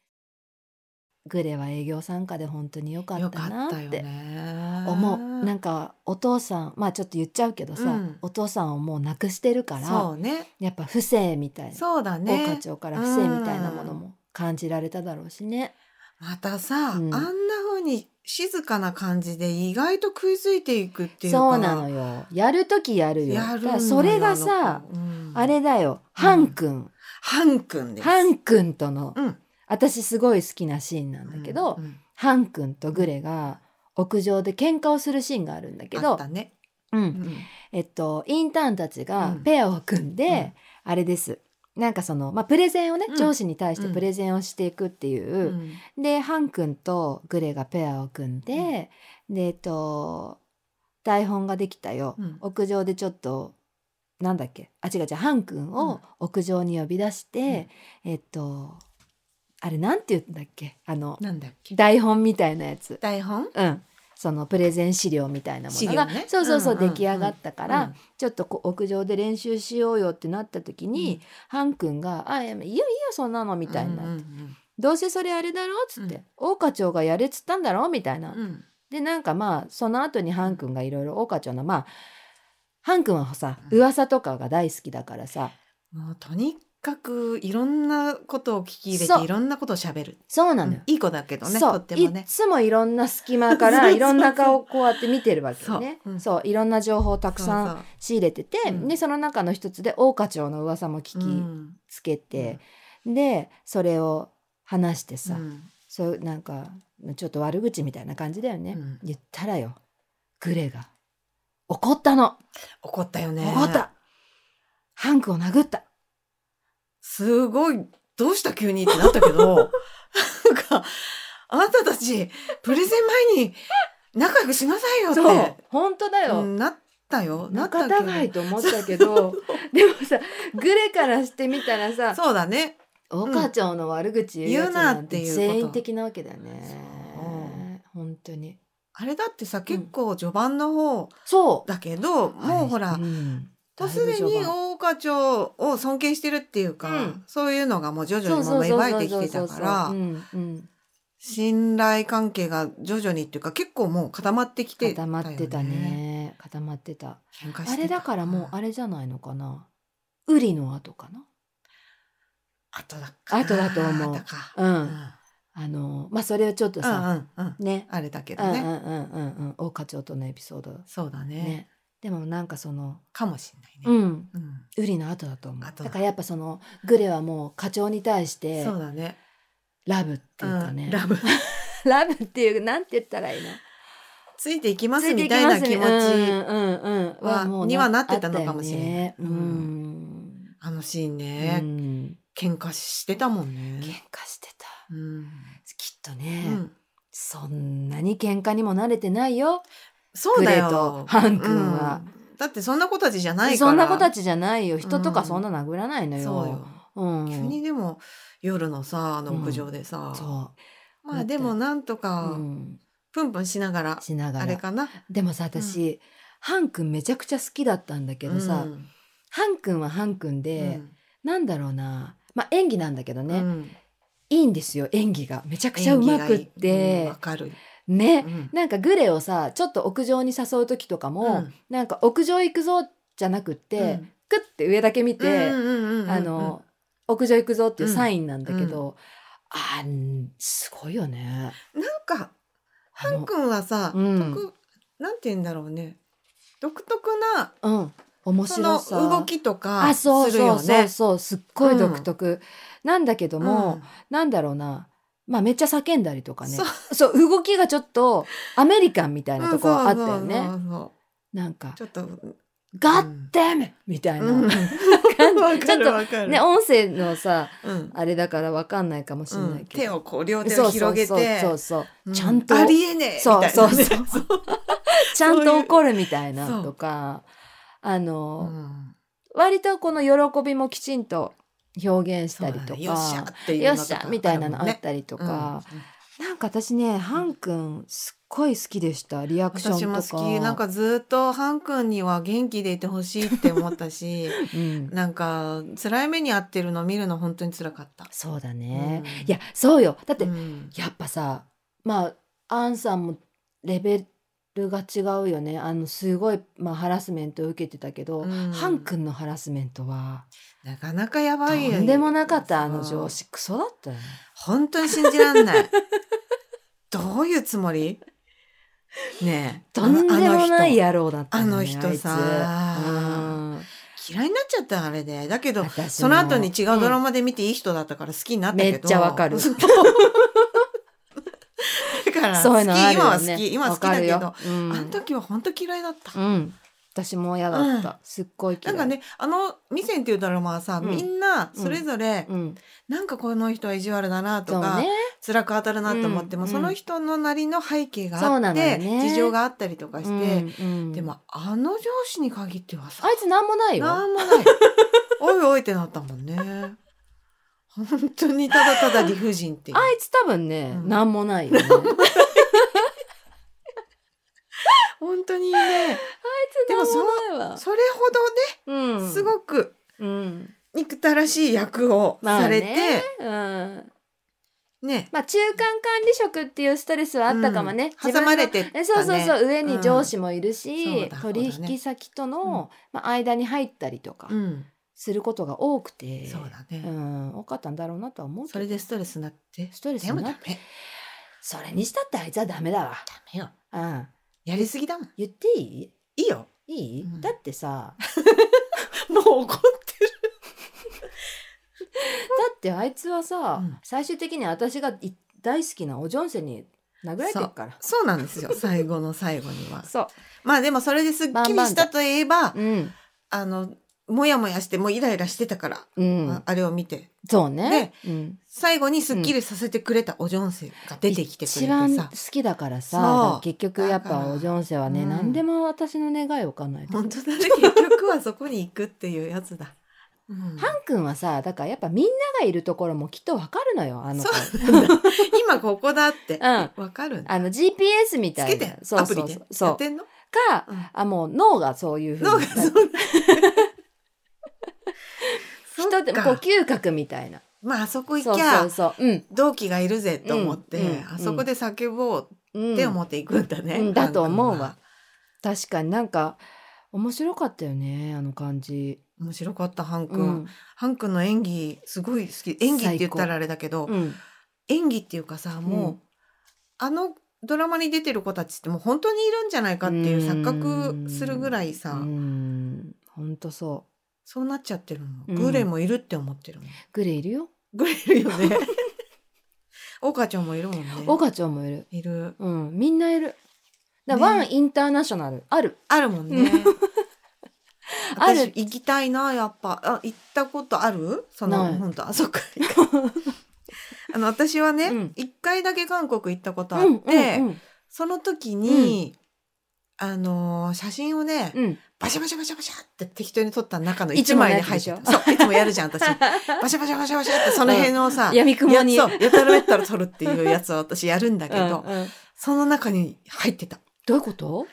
Speaker 2: グレは営業参加で本当に良か
Speaker 1: よ
Speaker 2: った
Speaker 1: か
Speaker 2: な
Speaker 1: った
Speaker 2: っ
Speaker 1: よ
Speaker 2: て
Speaker 1: ね。
Speaker 2: 思うなんかお父さんまあちょっと言っちゃうけどさ、
Speaker 1: うん
Speaker 2: お父さんをもうなくしてるから
Speaker 1: そうね。
Speaker 2: やっぱ不正みたいな、
Speaker 1: そうだ
Speaker 2: 大課
Speaker 1: ね。
Speaker 2: 長から不正みたいなものも感じられただろうしね。
Speaker 1: またさ、
Speaker 2: うん
Speaker 1: あんな風に静かな感じで意外と食いついていくっていうか。
Speaker 2: そうなのよやる時やるよ
Speaker 1: やるん
Speaker 2: だ
Speaker 1: だ
Speaker 2: か
Speaker 1: よ
Speaker 2: らそれがさ、
Speaker 1: あの子うん
Speaker 2: あれだよハン君、
Speaker 1: ハン君です。
Speaker 2: ハン君との、
Speaker 1: うん
Speaker 2: 私すごい好きなシーンなんだけど、
Speaker 1: うんうん
Speaker 2: ハン君とグレが屋上で喧嘩をするシーンがあるんだけ
Speaker 1: あっ
Speaker 2: ど
Speaker 1: た、ね。
Speaker 2: うん
Speaker 1: うん
Speaker 2: えっと、インターンたち
Speaker 1: う
Speaker 2: が
Speaker 1: ん
Speaker 2: ペアを組んで、あれですなんかその、まあ、プレゼンをね、
Speaker 1: うん
Speaker 2: 上司に対して
Speaker 1: うん
Speaker 2: プレゼンをしていくっていう、でハン君とグレがペアを組んで、でえっと台本ができたよ、
Speaker 1: うん
Speaker 2: 屋上でちょっとなんだっけあ違う違うハン君
Speaker 1: うん
Speaker 2: を屋上に呼び出して、えっとあれなんて言うんだっけあの
Speaker 1: なんだっけ。
Speaker 2: 台本みたいなやつ、
Speaker 1: 台本
Speaker 2: うん、そのプレゼン資料みたいなものが、
Speaker 1: 資料ね
Speaker 2: そうそうそう
Speaker 1: うんうんうん
Speaker 2: 出来上がったから、ちょっとこう屋上で練習しようよってなった時に、ハン君が「あいやいいよいいよそんなの」み
Speaker 1: み
Speaker 2: たいになって、
Speaker 1: うん
Speaker 2: どうせそれあれだろ」っつって、
Speaker 1: うん
Speaker 2: 大課長がやれっつったんだろ」みたいな。
Speaker 1: うんうん
Speaker 2: でなんかまあその後にハン君がいろいろ大課長のまあハン君はさ
Speaker 1: うん
Speaker 2: 噂とかが大好きだからさ、
Speaker 1: もうとにかくいろんなことを聞き入れ
Speaker 2: そう
Speaker 1: ていろんなことを喋る。
Speaker 2: そうなのよ。
Speaker 1: うんいい子だけどね。
Speaker 2: そ
Speaker 1: と
Speaker 2: う
Speaker 1: っても
Speaker 2: い
Speaker 1: ね。
Speaker 2: つもいろんな隙間か
Speaker 1: (laughs) そう
Speaker 2: ら
Speaker 1: そう
Speaker 2: いろんな顔をこうやって見てるわけよね。そ,、
Speaker 1: そうううん
Speaker 2: いろんな情報をたくさん
Speaker 1: ん
Speaker 2: 仕入れてて
Speaker 1: そううん
Speaker 2: でその中の一つで大課長の噂も
Speaker 1: う
Speaker 2: 聞き、
Speaker 1: ん
Speaker 2: つけて、でそれを話してさ、
Speaker 1: うん
Speaker 2: そうなんかちょっと悪口みたいな感じだよね、
Speaker 1: うん
Speaker 2: 言ったらよグレが怒ったの
Speaker 1: 怒ったよね。
Speaker 2: 怒った、。ハンクを殴った
Speaker 1: すごい、どうした急にってなったけ
Speaker 2: (laughs)
Speaker 1: ど、なんか、あなたたち、プレゼン前に仲良くしなさいよって
Speaker 2: そう本当だよ、
Speaker 1: うんなったよ。なった
Speaker 2: 仲
Speaker 1: けど
Speaker 2: 違いと思ったけど (laughs) でもさグレからしてみたらさ
Speaker 1: そうだね。
Speaker 2: 大課長の悪口言うやつなんて
Speaker 1: 言うなっていうこと
Speaker 2: 全員的なわけだよね本当に
Speaker 1: あれだってさ、結構序盤の方
Speaker 2: そう
Speaker 1: だけど、もうほら、
Speaker 2: ん
Speaker 1: もうすでに大岡町を尊敬してるっていうか、
Speaker 2: うん
Speaker 1: そういうのがもう徐々
Speaker 2: そう
Speaker 1: に
Speaker 2: そ
Speaker 1: も
Speaker 2: う
Speaker 1: 芽
Speaker 2: そう
Speaker 1: 生
Speaker 2: そ
Speaker 1: え
Speaker 2: う
Speaker 1: てきてたから
Speaker 2: う、んうん、
Speaker 1: 信頼関係が徐々にっていうか、結構もう固まってきてた
Speaker 2: 固
Speaker 1: よ
Speaker 2: ま
Speaker 1: ね。
Speaker 2: ってたね固まってた
Speaker 1: 喧嘩してた。
Speaker 2: あれだからもうあれじゃないのかなウリの後かな
Speaker 1: あとだか
Speaker 2: 後だと思う
Speaker 1: あとか
Speaker 2: うん
Speaker 1: うん
Speaker 2: あのまあそれをちょっと
Speaker 1: うん
Speaker 2: さ、
Speaker 1: うんうん
Speaker 2: ね
Speaker 1: あれだけ
Speaker 2: う
Speaker 1: ど
Speaker 2: んうん
Speaker 1: ね、
Speaker 2: うんうんうん大課長とのエピソード
Speaker 1: そうだね
Speaker 2: ねでもなんかその
Speaker 1: かもしんない
Speaker 2: う
Speaker 1: ね、
Speaker 2: ん
Speaker 1: うん
Speaker 2: ウリの後だと思う
Speaker 1: 後
Speaker 2: だ
Speaker 1: だ
Speaker 2: からやっぱそのグレはもう課長に対して
Speaker 1: そうだね
Speaker 2: ラブっていうかね、
Speaker 1: うんラ (laughs) ブ
Speaker 2: ラブっていうなんて言ったらいいの
Speaker 1: ついていきま
Speaker 2: つ
Speaker 1: す
Speaker 2: いて
Speaker 1: み
Speaker 2: いき
Speaker 1: たい
Speaker 2: ま
Speaker 1: な
Speaker 2: す
Speaker 1: 気持ち、
Speaker 2: うんうんうん
Speaker 1: は
Speaker 2: もう
Speaker 1: にはなってたのかもしれない
Speaker 2: あった
Speaker 1: う
Speaker 2: よねう
Speaker 1: ん
Speaker 2: ん
Speaker 1: あのシーンね、
Speaker 2: うん
Speaker 1: 喧嘩してたもんね
Speaker 2: 喧嘩してた
Speaker 1: うん、
Speaker 2: きっとね、
Speaker 1: うん
Speaker 2: そんなに喧嘩にも慣れてないよ
Speaker 1: そうだ
Speaker 2: グレと
Speaker 1: よ
Speaker 2: ハン君は、
Speaker 1: うんだってそんな子たちじゃないから
Speaker 2: そんな子た
Speaker 1: ち
Speaker 2: ちじゃないよ人とか
Speaker 1: うん
Speaker 2: そんな殴らないのよ、
Speaker 1: そうよ、
Speaker 2: うん、
Speaker 1: 急にでも夜のさあの屋上でさ、
Speaker 2: そ
Speaker 1: まあでもなんと
Speaker 2: う、
Speaker 1: か
Speaker 2: うん、
Speaker 1: プンプンしながら、
Speaker 2: しなが
Speaker 1: あれ
Speaker 2: ら
Speaker 1: かな
Speaker 2: でもさ私、ハン君めちゃくちゃ好きだったんだけどさ、
Speaker 1: うん
Speaker 2: ハン君はハン君で、なんだろうなまあ演技なんだけど
Speaker 1: うん
Speaker 2: ね、
Speaker 1: うん
Speaker 2: いいんですよ演技がめちゃくちゃうま
Speaker 1: 演
Speaker 2: くっ
Speaker 1: 技がいいうん
Speaker 2: て
Speaker 1: わ、かる、
Speaker 2: ね、
Speaker 1: うん
Speaker 2: なんかグレをさちょっと屋上に誘う時とかも、
Speaker 1: うん
Speaker 2: なんか屋上行くぞじゃなくって、
Speaker 1: うん
Speaker 2: クッて上だけ見て、
Speaker 1: うんうんうんうんうん
Speaker 2: あの、屋上行くぞっていうサインなんだけど、あんすごいよね。
Speaker 1: なんか
Speaker 2: あ
Speaker 1: ハ
Speaker 2: の
Speaker 1: ン君はさ、
Speaker 2: うん
Speaker 1: 特なんて言うんだろうね独特な
Speaker 2: うん、面
Speaker 1: そ
Speaker 2: 白
Speaker 1: の
Speaker 2: さ
Speaker 1: 動きとか
Speaker 2: あ
Speaker 1: す
Speaker 2: そう
Speaker 1: る
Speaker 2: そ
Speaker 1: よ
Speaker 2: うそう
Speaker 1: ね。
Speaker 2: そうすっごい独特、なんだけども、
Speaker 1: うん
Speaker 2: なんだろうなまあめっちゃ叫んだりとかね
Speaker 1: そう
Speaker 2: そう動きがちょっとアメリカンみたいなとこあったよね、
Speaker 1: うんそうそうそう
Speaker 2: なんか
Speaker 1: ちょっと
Speaker 2: 「ガッデム!」みたいな、
Speaker 1: うん
Speaker 2: 感
Speaker 1: わ
Speaker 2: ち
Speaker 1: かる
Speaker 2: ょっ
Speaker 1: わか
Speaker 2: と
Speaker 1: る。
Speaker 2: ね音声のさ
Speaker 1: うん
Speaker 2: あれだからわかんないかもしれ
Speaker 1: う
Speaker 2: なんいけ
Speaker 1: 手
Speaker 2: ど、
Speaker 1: をこう両手
Speaker 2: そ
Speaker 1: を
Speaker 2: うそう
Speaker 1: 広げて
Speaker 2: そうそう
Speaker 1: う
Speaker 2: ちゃんと
Speaker 1: ありえねえみたいなね
Speaker 2: そうそう
Speaker 1: (laughs)
Speaker 2: そう
Speaker 1: そう
Speaker 2: ちゃん
Speaker 1: そう
Speaker 2: と
Speaker 1: いう
Speaker 2: 怒るみたいな
Speaker 1: そう
Speaker 2: とかあ
Speaker 1: う
Speaker 2: の、
Speaker 1: ん
Speaker 2: 割とこの喜びもきちんと表現し
Speaker 1: そう
Speaker 2: た
Speaker 1: だ
Speaker 2: り
Speaker 1: ねよ
Speaker 2: とか、
Speaker 1: っしゃっていうの
Speaker 2: よっ
Speaker 1: と
Speaker 2: し
Speaker 1: か
Speaker 2: ゃみたいなのあ
Speaker 1: るもん
Speaker 2: っ
Speaker 1: ね
Speaker 2: たりとか、
Speaker 1: うん
Speaker 2: なんか私ねハン君すっごい好きでしたリアクションと
Speaker 1: 私
Speaker 2: か
Speaker 1: も好きなん、かずっとハン君には元気でいてほしいって思ったし (laughs)
Speaker 2: うん、
Speaker 1: なんか辛い目に遭ってるの見るの本当に辛かった。
Speaker 2: そうだね、
Speaker 1: うん
Speaker 2: いやそうよだって、
Speaker 1: うん
Speaker 2: やっぱさまあアンさんもレベルが違うよねあのすごい、まあ、ハラスメントを受けてたけど、
Speaker 1: うん
Speaker 2: ハン君のハラスメントは
Speaker 1: なかなかや
Speaker 2: と
Speaker 1: ばいよ
Speaker 2: んでもなかったあの
Speaker 1: そう
Speaker 2: 上司クソだったよね
Speaker 1: 本当に信じらんない
Speaker 2: (laughs)
Speaker 1: どういうつもりねえ
Speaker 2: とんでもない
Speaker 1: や
Speaker 2: 野郎だったよね
Speaker 1: あの人
Speaker 2: あいつ
Speaker 1: さ
Speaker 2: うん
Speaker 1: 嫌いになっちゃったあれでだけど
Speaker 2: 私も
Speaker 1: その後に違うドラマで見ていい人だったから好きになったけど、
Speaker 2: めっちゃわかる
Speaker 1: そうだから
Speaker 2: (laughs) そういうの
Speaker 1: 好
Speaker 2: あ
Speaker 1: き
Speaker 2: る
Speaker 1: 今は
Speaker 2: よ
Speaker 1: 好
Speaker 2: ね
Speaker 1: き今は好きだけ
Speaker 2: わ
Speaker 1: ど
Speaker 2: か、るようん
Speaker 1: あの時は本当嫌いだった、
Speaker 2: うん私も嫌だった、
Speaker 1: う
Speaker 2: すっごい嫌
Speaker 1: ないんかねあの「ミセン」っていうドラマはさ、
Speaker 2: うん
Speaker 1: みんなそれぞれ、
Speaker 2: うん
Speaker 1: なんかこの人は意地悪だなと
Speaker 2: そう
Speaker 1: か、
Speaker 2: ね
Speaker 1: 辛く当たるなと思っても、
Speaker 2: うん
Speaker 1: その人のなりの背景が
Speaker 2: そ
Speaker 1: あ
Speaker 2: う
Speaker 1: っ
Speaker 2: なの
Speaker 1: て、
Speaker 2: よね
Speaker 1: 事情があったりとかして、
Speaker 2: うんうん
Speaker 1: でもあの上司に限ってはさ
Speaker 2: あいつなんもないよ
Speaker 1: なんもない
Speaker 2: (laughs)
Speaker 1: おいおいってなったもんね本当にただただ理不尽っていう
Speaker 2: あいつ多分ね、
Speaker 1: うん
Speaker 2: なん
Speaker 1: (laughs)
Speaker 2: もないよ、ね。あいつ
Speaker 1: 本当にねでも
Speaker 2: なんもないわ。
Speaker 1: それほ
Speaker 2: う
Speaker 1: どね
Speaker 2: ん、
Speaker 1: すごく
Speaker 2: うん、
Speaker 1: 憎たらしい役を
Speaker 2: まあ
Speaker 1: されて、
Speaker 2: ねうん、
Speaker 1: ね
Speaker 2: まあ中間管理職っていうストレスはあったかもね。
Speaker 1: うん
Speaker 2: 自分
Speaker 1: 挟
Speaker 2: の
Speaker 1: まれてった、ね、
Speaker 2: えそうそうそう、上
Speaker 1: う
Speaker 2: に
Speaker 1: ん
Speaker 2: 上司もいるし、
Speaker 1: そうだそうだね
Speaker 2: 取引先との、まあ、間に入ったりとか
Speaker 1: うん、
Speaker 2: することが多くて、
Speaker 1: そうだね、
Speaker 2: うん、多かったんだろうなとは思うけど
Speaker 1: それでストレスになって
Speaker 2: ストレス
Speaker 1: でも
Speaker 2: に
Speaker 1: ダ
Speaker 2: な
Speaker 1: メ
Speaker 2: っそれにしたってあいつはダメだわ。
Speaker 1: ダメよ
Speaker 2: うん、
Speaker 1: やりすぎだもん
Speaker 2: 言っていい
Speaker 1: いいよ
Speaker 2: いい、
Speaker 1: うん
Speaker 2: だってさ
Speaker 1: もう怒ってる。
Speaker 2: だってあいつはさ、
Speaker 1: うん
Speaker 2: 最終的に私がい大好きなおジョンセに殴られてるから
Speaker 1: そうなんですよ。最後の最後には。
Speaker 2: そう
Speaker 1: まあでもそれですっきりしたといえば、
Speaker 2: うん
Speaker 1: あの、もやもやして、もうイライラしてたから、
Speaker 2: うん
Speaker 1: ああれを見て。
Speaker 2: そうねうん、
Speaker 1: 最後にすっきりさせてくれたおジョンセが出てきてくれて
Speaker 2: 一番好
Speaker 1: さ。
Speaker 2: きだからさ
Speaker 1: そう
Speaker 2: だから結局やっ
Speaker 1: だか
Speaker 2: ぱ
Speaker 1: ら
Speaker 2: おジョンセはね、
Speaker 1: うん
Speaker 2: 何でも私の願いを叶えてハン
Speaker 1: 本当だね。結局はそこに行くっていうやつだ。うん、
Speaker 2: 君はさだからやっぱみんながいるところもきっとわかるのよあの子
Speaker 1: そうなんだ。今ここだって。
Speaker 2: ん
Speaker 1: わ、かるんだ
Speaker 2: あの GPS み
Speaker 1: つ
Speaker 2: たい
Speaker 1: け
Speaker 2: な
Speaker 1: てん
Speaker 2: そう
Speaker 1: ア
Speaker 2: そ
Speaker 1: プ
Speaker 2: うそ
Speaker 1: リ
Speaker 2: う
Speaker 1: で。
Speaker 2: そ
Speaker 1: やっ
Speaker 2: う
Speaker 1: てんの
Speaker 2: か
Speaker 1: うん
Speaker 2: あもう脳がそういうふう
Speaker 1: 脳
Speaker 2: に
Speaker 1: が
Speaker 2: (laughs)
Speaker 1: そう
Speaker 2: 人ってこう嗅覚みたいな
Speaker 1: まああそこ行
Speaker 2: そう
Speaker 1: きゃ
Speaker 2: そうそううん
Speaker 1: 同期がいるぜと思って、
Speaker 2: うんうん
Speaker 1: あそこで叫ぼう
Speaker 2: うん
Speaker 1: って思っていくんだね。
Speaker 2: うんだと思う
Speaker 1: ハ
Speaker 2: わ
Speaker 1: ン君は。
Speaker 2: 確かになんか面白かったよねあの感じ。
Speaker 1: 面白かったハン君、、
Speaker 2: うんん
Speaker 1: ハン君の演技すごい好き演技って言ったらあれだけど、
Speaker 2: うん
Speaker 1: 演技っていうかさもう、
Speaker 2: うん
Speaker 1: あのドラマに出てる子たちってもう本当にいるんじゃないかっていう錯覚するぐらいさ、
Speaker 2: うんほんとそ
Speaker 1: そうなっちゃってるの、
Speaker 2: うん
Speaker 1: グレもいるって思ってるもん
Speaker 2: うグレいるよ
Speaker 1: (laughs) グレいるよ
Speaker 2: (laughs)
Speaker 1: ねオカちゃんもいるもんね
Speaker 2: オカチョウもいる
Speaker 1: いる
Speaker 2: うんみんないるだからワ
Speaker 1: ね
Speaker 2: ンインターナショナルある
Speaker 1: あるもんね
Speaker 2: ある
Speaker 1: (laughs) 私行きたいなやっぱあ行ったことあるその
Speaker 2: ない
Speaker 1: 本当 (laughs) あそ
Speaker 2: (laughs)
Speaker 1: っかあの私はね
Speaker 2: うん
Speaker 1: 一、回だけ韓国行ったことあ
Speaker 2: う
Speaker 1: っ
Speaker 2: ん
Speaker 1: て、
Speaker 2: うん
Speaker 1: その時に、あのー写真をね、
Speaker 2: うん
Speaker 1: バシャバシャバシャバシャって適当に撮った中の
Speaker 2: いつ
Speaker 1: 一
Speaker 2: もの
Speaker 1: 枚
Speaker 2: や
Speaker 1: に
Speaker 2: つ
Speaker 1: 入
Speaker 2: で
Speaker 1: っ
Speaker 2: してょ
Speaker 1: たそういつもやる
Speaker 2: (laughs)
Speaker 1: じゃん私バシャバシャバシャバシャってその辺のさ、や
Speaker 2: 闇雲に
Speaker 1: そうやたらめったら撮るっていうやつを私やるんだけど、
Speaker 2: うんうん
Speaker 1: その中に入ってた
Speaker 2: どういうこと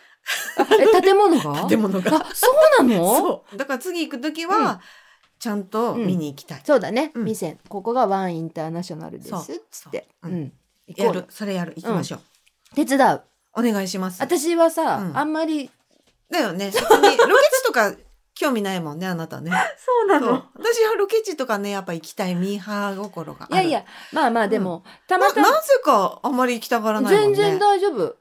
Speaker 2: あえ建物が
Speaker 1: (laughs) 建物が。
Speaker 2: あそうなのそう
Speaker 1: そうだから次行く時は、
Speaker 2: うん
Speaker 1: ちゃんと見に行きたい、
Speaker 2: だね
Speaker 1: うん
Speaker 2: 店ここがワンインターナショナルです
Speaker 1: そう
Speaker 2: っつって
Speaker 1: そう
Speaker 2: う
Speaker 1: うん
Speaker 2: ん行
Speaker 1: や
Speaker 2: こう
Speaker 1: る
Speaker 2: よ
Speaker 1: それやる行きましょう、
Speaker 2: 手伝う
Speaker 1: お願いします
Speaker 2: 私はさ、
Speaker 1: うん
Speaker 2: あんまり
Speaker 1: だよね別にロケ地とか興味ないもんねあな
Speaker 2: (laughs)
Speaker 1: たね
Speaker 2: そうな
Speaker 1: そう私はロケ地とかねやっぱ行きたいミーハー心があ
Speaker 2: い
Speaker 1: る
Speaker 2: やいやまあまあでも、たま
Speaker 1: な
Speaker 2: た
Speaker 1: なぜかあんまり行きたがら
Speaker 2: ま
Speaker 1: ないもん
Speaker 2: 全
Speaker 1: ね
Speaker 2: 然大丈夫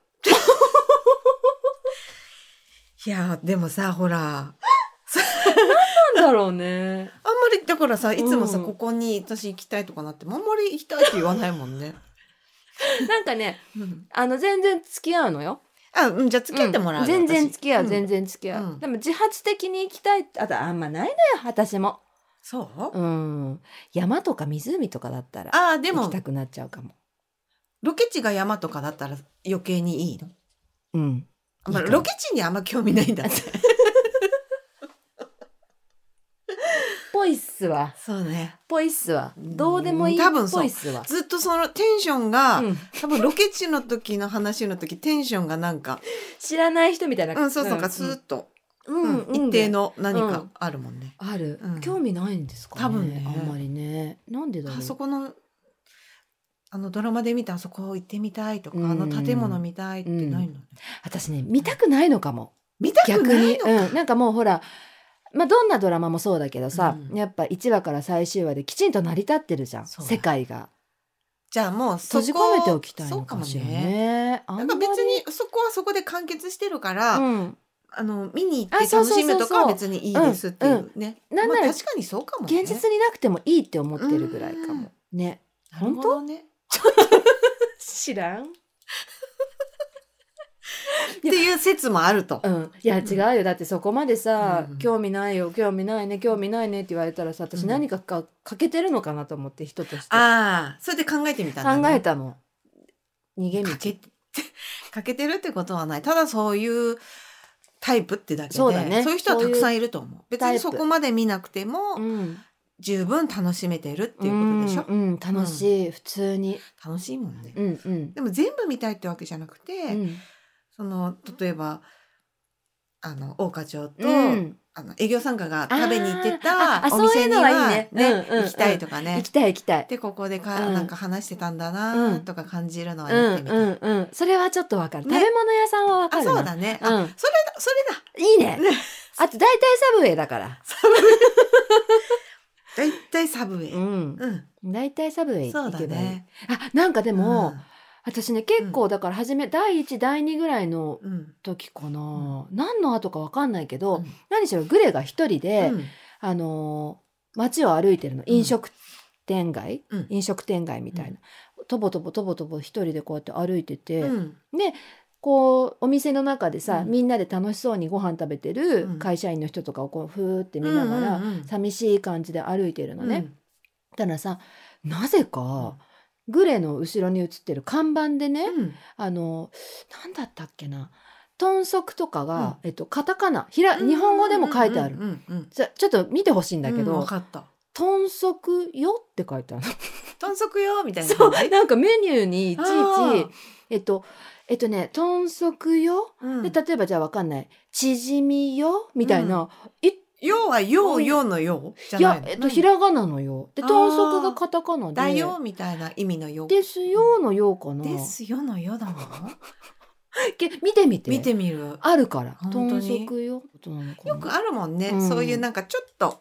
Speaker 1: いやでもさほらあんま
Speaker 2: なんだろうね
Speaker 1: りだからさいつもさ、
Speaker 2: うん
Speaker 1: ここに私行きたいとかなってもあんまり行きたいって言わないもんね、
Speaker 2: (laughs) なんかね
Speaker 1: うん、
Speaker 2: あの全然付き合うのよ
Speaker 1: あうんじゃあ付き合ってもらうよ、
Speaker 2: 全然
Speaker 1: 私
Speaker 2: 付き合う、
Speaker 1: ん
Speaker 2: 全然付き合う、
Speaker 1: うん
Speaker 2: でも自発的に行きたいってあとあんまないのよ私も
Speaker 1: そう、
Speaker 2: うん、山とか湖とかだったら
Speaker 1: ああで
Speaker 2: 行
Speaker 1: も
Speaker 2: きたくなっちゃうかも。
Speaker 1: ロケ地が山とかだったら余計にいいの、
Speaker 2: うん、
Speaker 1: まあ、
Speaker 2: いいかも
Speaker 1: ロケ地にあんま興味
Speaker 2: (laughs)
Speaker 1: ないんだって
Speaker 2: ぽいっすわ
Speaker 1: そうね
Speaker 2: ぽいっすわ
Speaker 1: うん
Speaker 2: どうでもいい
Speaker 1: 多分そう
Speaker 2: ぽいっすわ。
Speaker 1: ずっとそのテンションが、
Speaker 2: うん
Speaker 1: 多分ロケ地の時の話の時テンションがなんか
Speaker 2: 知らない人みたいな。
Speaker 1: うんそうそうかスーッと、
Speaker 2: うん
Speaker 1: うん
Speaker 2: うんうん
Speaker 1: 一定の何
Speaker 2: う
Speaker 1: か
Speaker 2: ん
Speaker 1: あるもんね、
Speaker 2: ある、
Speaker 1: うん
Speaker 2: 興味ないんですかね。
Speaker 1: 多分ね
Speaker 2: あんまりね。なんでだろう。
Speaker 1: あそこのあのドラマで見たあそこ行ってみたいとか、
Speaker 2: うん
Speaker 1: あの建物見たいってないのね、
Speaker 2: 私ね見たくないのかも。
Speaker 1: 見たく
Speaker 2: 逆
Speaker 1: ない
Speaker 2: に、
Speaker 1: の
Speaker 2: うん、なんかもうほら。まあ、どんなドラマもそうだけどさ、
Speaker 1: うん
Speaker 2: やっぱ1話から最終話できちんと成り立ってるじゃん
Speaker 1: そう
Speaker 2: 世界が
Speaker 1: じゃあもうそ
Speaker 2: 閉
Speaker 1: こ
Speaker 2: じ込めておきたい
Speaker 1: そ
Speaker 2: の
Speaker 1: うか
Speaker 2: か
Speaker 1: も
Speaker 2: しらね
Speaker 1: ね
Speaker 2: あ
Speaker 1: なんん
Speaker 2: ま
Speaker 1: か
Speaker 2: り
Speaker 1: 別にそこはそこで完結してるから、
Speaker 2: うん、
Speaker 1: あの見に行っ
Speaker 2: あ
Speaker 1: て
Speaker 2: そう
Speaker 1: 楽
Speaker 2: そうそう
Speaker 1: し
Speaker 2: そう
Speaker 1: むとかは別にいいですっていうね。
Speaker 2: うんなんなら
Speaker 1: まあ確かにそうかもね。
Speaker 2: 現実になくてもいいって思ってるぐらいかもね
Speaker 1: なるほどね。
Speaker 2: 知らん
Speaker 1: っていう説もあると。
Speaker 2: うん、いや
Speaker 1: うん
Speaker 2: 違うよだってそこまでさ、
Speaker 1: うん
Speaker 2: 興味ないよ興味ないね興味ないねって言われたらさ
Speaker 1: う
Speaker 2: 私
Speaker 1: ん
Speaker 2: 何かか欠けてるのかなと思って人として考
Speaker 1: ああ、それで考えてみたんだ、ね。
Speaker 2: えたの逃げ道
Speaker 1: かけて (laughs) かけてるってことはない。ただそういうタイプってだけで、
Speaker 2: そうだね
Speaker 1: いう人はたくさんいると思う。別
Speaker 2: タイ
Speaker 1: に
Speaker 2: プ
Speaker 1: そこまで見なくても
Speaker 2: うん、っ
Speaker 1: 十分楽しめてるっていうことでしょ。
Speaker 2: うん、うん楽しい、普通に
Speaker 1: 楽しいもんね。
Speaker 2: うんうん
Speaker 1: でも全部見たいってわけじゃなくて、
Speaker 2: うん
Speaker 1: その例えばあの大花町と、
Speaker 2: うん
Speaker 1: あの営業参加が食べに行って
Speaker 2: あーああ
Speaker 1: たお店に
Speaker 2: そういうの
Speaker 1: は
Speaker 2: はいいね
Speaker 1: ね
Speaker 2: うんうん
Speaker 1: 行きたいとかね、
Speaker 2: 行きたい行きたい
Speaker 1: でここでか、
Speaker 2: うん
Speaker 1: なんか話してたんだな
Speaker 2: うん
Speaker 1: とか感じるのは
Speaker 2: う
Speaker 1: や
Speaker 2: ん
Speaker 1: ってみたい、
Speaker 2: うんうんそれはちょっとわかる、
Speaker 1: ね
Speaker 2: 食べ物屋さんはわか
Speaker 1: あ
Speaker 2: るな
Speaker 1: そうだね、あ
Speaker 2: うん、
Speaker 1: それだそれだ
Speaker 2: いいね
Speaker 1: ね
Speaker 2: あと大体サブウェイだから
Speaker 1: だいたいサブウェイ、
Speaker 2: う
Speaker 1: うん
Speaker 2: ん大体サブウェイ
Speaker 1: そ
Speaker 2: 行
Speaker 1: うだ
Speaker 2: けばいい、
Speaker 1: ね
Speaker 2: あなんかでも、
Speaker 1: うん
Speaker 2: 私ね結構だから初め、第1第2ぐらいの
Speaker 1: うん
Speaker 2: 時かな、何の後かわかんないけど、
Speaker 1: うん
Speaker 2: 何しろグレが一人で、
Speaker 1: うん
Speaker 2: あのー街を歩いてるの飲食店街、
Speaker 1: うん
Speaker 2: 飲食店街みたいな、とぼとぼとぼとぼ一人でこうやって歩いてて、
Speaker 1: うん
Speaker 2: でこうお店の中でさ、
Speaker 1: うん
Speaker 2: みんなで楽しそうにご飯食べてる
Speaker 1: うん
Speaker 2: 会社員の人とかをこうふーって見ながら、
Speaker 1: うんうんうん
Speaker 2: 寂しい感じで歩いてるのね。
Speaker 1: うん
Speaker 2: たらさなぜかグレの後ろに写ってる看板でね、
Speaker 1: うん
Speaker 2: あの何だったっけな豚足とかが、えっと、カタカナひら日本語でも書いてある、
Speaker 1: うんうんうんうん
Speaker 2: じゃちょっと見てほしいんだけ
Speaker 1: うん
Speaker 2: ど「
Speaker 1: わかった
Speaker 2: 豚足よ」って書いてある
Speaker 1: 豚足よみたいな
Speaker 2: そう
Speaker 1: 感じ
Speaker 2: なんかメニューにいちい
Speaker 1: あ
Speaker 2: ちえっとえっとね「豚足よ」
Speaker 1: うん
Speaker 2: で例えばじゃあわかんない「縮みよ」みたいな「い
Speaker 1: よはようようのようじゃ
Speaker 2: い
Speaker 1: ない
Speaker 2: や
Speaker 1: の
Speaker 2: えっとひらがなのよ」で
Speaker 1: あー
Speaker 2: 豚足がカタカナ
Speaker 1: だ
Speaker 2: で
Speaker 1: よみたいな意味のよ
Speaker 2: 「ですよ」のようかな
Speaker 1: ですよのよだもの
Speaker 2: け見てみて
Speaker 1: 見てみる
Speaker 2: あるから「
Speaker 1: 本当に
Speaker 2: 豚足よ」ってことなのかな
Speaker 1: よくあるもんね、
Speaker 2: うん
Speaker 1: そういうなんかちょっと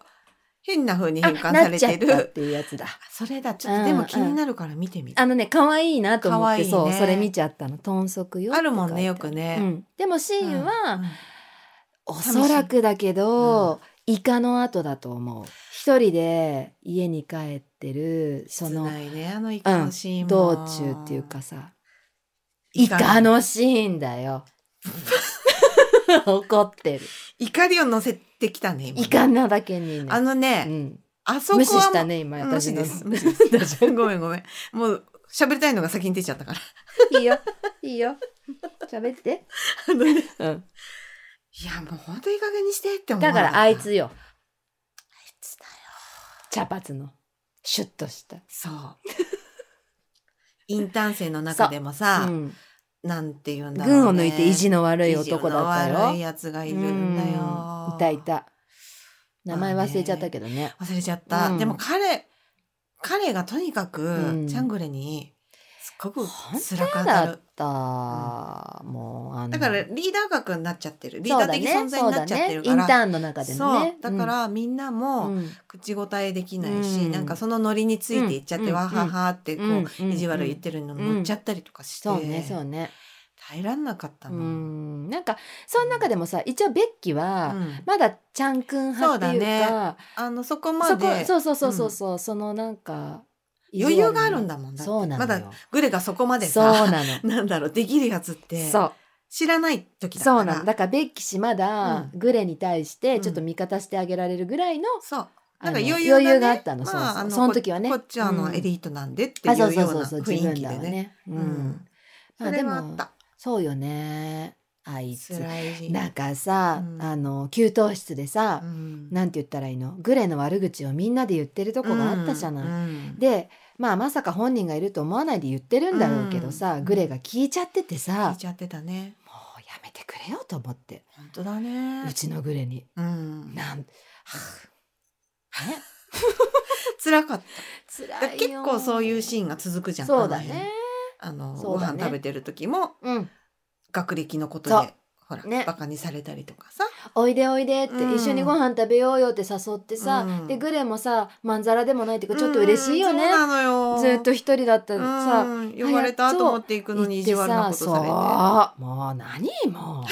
Speaker 1: 変な風に
Speaker 2: あ
Speaker 1: 変換されて
Speaker 2: なっちゃったっ
Speaker 1: る
Speaker 2: ていうやつだ。
Speaker 1: それだちょっ
Speaker 2: うん
Speaker 1: とでも気になるから見てみる、
Speaker 2: あのね可愛いなと思って、
Speaker 1: 可愛いね
Speaker 2: そうそれ見ちゃったの豚足よ
Speaker 1: あるもんねよ
Speaker 2: って
Speaker 1: く
Speaker 2: 書いてあ
Speaker 1: ね
Speaker 2: る、うん、でもシ
Speaker 1: う
Speaker 2: ーン
Speaker 1: ん
Speaker 2: は、お
Speaker 1: 寂しい
Speaker 2: そらくだけど、イカの後だと思う一人で家に帰ってるそ
Speaker 1: 切
Speaker 2: の
Speaker 1: ないねあのイカのシーンも、
Speaker 2: 道中っていうかさイカのシーンだよ怒ってる
Speaker 1: 怒りを乗せてきたね今
Speaker 2: イカなだけにね
Speaker 1: あのね、
Speaker 2: うん、
Speaker 1: あそこは
Speaker 2: 無視したね今
Speaker 1: 無視
Speaker 2: 私の (laughs)
Speaker 1: です無視ですごめんごめんもう喋りたいのが先に出ちゃったから
Speaker 2: いいよいいよ喋って、
Speaker 1: あのね
Speaker 2: うん、
Speaker 1: いやもう本当いい加減にしてって思わ
Speaker 2: だ
Speaker 1: な
Speaker 2: か
Speaker 1: った
Speaker 2: らあいつよ
Speaker 1: あいつだよ
Speaker 2: 茶髪のシュッとした (laughs)
Speaker 1: そうインターン生の中でもさ、
Speaker 2: うん、
Speaker 1: なんて言うんだろう、ね、
Speaker 2: 群を抜いて意地の悪い男だった
Speaker 1: 意地の
Speaker 2: よ。
Speaker 1: 悪いやつがいるんだよ
Speaker 2: うんいたいた。名前忘れちゃったけどね。
Speaker 1: 忘れちゃった、
Speaker 2: うん
Speaker 1: でも彼彼がとにかく、
Speaker 2: うん
Speaker 1: チャングレにすっごく
Speaker 2: 本
Speaker 1: 辛く
Speaker 2: 当
Speaker 1: 当
Speaker 2: だ
Speaker 1: た
Speaker 2: っ
Speaker 1: る
Speaker 2: た。もうあの
Speaker 1: だからリーダー格になっちゃってるリーダー的存在になっちゃってるか
Speaker 2: そうだねインタ
Speaker 1: ら
Speaker 2: ーンの中で
Speaker 1: そ
Speaker 2: も
Speaker 1: う
Speaker 2: ね。
Speaker 1: だからみんな
Speaker 2: うん、
Speaker 1: も
Speaker 2: うん
Speaker 1: 口答えできないし、
Speaker 2: うん
Speaker 1: なんかそのノリについていっちゃって、
Speaker 2: うん
Speaker 1: わははってこう、
Speaker 2: うん
Speaker 1: 意地悪言ってるのに乗っちゃったりとかして、
Speaker 2: そうねそうね。
Speaker 1: 耐えらんなかった
Speaker 2: う
Speaker 1: もん、
Speaker 2: んなんかその中でもさ一応ベッキは、
Speaker 1: うん
Speaker 2: まだちゃんくん派っていう
Speaker 1: そうだ
Speaker 2: か
Speaker 1: あのそこま
Speaker 2: そこ
Speaker 1: で
Speaker 2: そうそうそうそうそう、そのなんか
Speaker 1: 余裕があるんだもんだって
Speaker 2: そうなの
Speaker 1: ま
Speaker 2: よ、
Speaker 1: だグレがそこまで
Speaker 2: そう
Speaker 1: さ
Speaker 2: なの
Speaker 1: なんだろう (laughs) できるやつって
Speaker 2: そう
Speaker 1: 知らない時だから
Speaker 2: そうなんだだからベッキ氏まだ
Speaker 1: う
Speaker 2: グレに対してちょっと
Speaker 1: うん
Speaker 2: 味方してあげられるぐらいの
Speaker 1: そうなんか
Speaker 2: あの
Speaker 1: 余裕がね
Speaker 2: があったの、そうそう
Speaker 1: あ
Speaker 2: その時はね
Speaker 1: ここっちはあ
Speaker 2: う
Speaker 1: の
Speaker 2: ん
Speaker 1: エリートなんでってい
Speaker 2: あ
Speaker 1: うよ
Speaker 2: そううそうそ
Speaker 1: な
Speaker 2: うそう
Speaker 1: 雰
Speaker 2: 自
Speaker 1: 囲
Speaker 2: 分
Speaker 1: 気
Speaker 2: ら
Speaker 1: で
Speaker 2: は
Speaker 1: ね。
Speaker 2: ね、う
Speaker 1: うんん、
Speaker 2: ま
Speaker 1: そ
Speaker 2: あで
Speaker 1: れはあ
Speaker 2: も
Speaker 1: った。
Speaker 2: そうよねあいつ
Speaker 1: 辛い時
Speaker 2: なんかさ、
Speaker 1: うん
Speaker 2: あの給湯室でさ
Speaker 1: う、ん
Speaker 2: なんて言ったらいいのグレの悪口をみんなで言ってるとこがあったじゃない、
Speaker 1: うん
Speaker 2: でまあまさか本人がいると思わないで言ってるんだろうけどさ、
Speaker 1: うん
Speaker 2: グレが聞いちゃってて
Speaker 1: 聞
Speaker 2: さ、も
Speaker 1: いうちゃってたね。
Speaker 2: やめてくれよと思って、
Speaker 1: 本当だね
Speaker 2: う。ちのグレに
Speaker 1: うん、
Speaker 2: なんはぁね
Speaker 1: 辛かっ
Speaker 2: 辛
Speaker 1: た。結構そういうシーンが続くじゃん。
Speaker 2: そうだね
Speaker 1: あの辺。あの
Speaker 2: そう
Speaker 1: ご
Speaker 2: だね
Speaker 1: 飯食べてる時も
Speaker 2: うん
Speaker 1: 学歴のこと
Speaker 2: そ
Speaker 1: で
Speaker 2: う
Speaker 1: ほら、
Speaker 2: ね
Speaker 1: バカにされたりとかさ。
Speaker 2: おいでおいでって、
Speaker 1: うん
Speaker 2: 一緒にご飯食べようよって誘ってさ、
Speaker 1: うん
Speaker 2: でグレもさまんざらでもないっていうかちょっと嬉しいよね
Speaker 1: うん、そうなのよ。
Speaker 2: ずっと一人だった
Speaker 1: う
Speaker 2: らさ、
Speaker 1: ん呼ばれたと思って行くのに意地悪なことされて。
Speaker 2: そうもう何も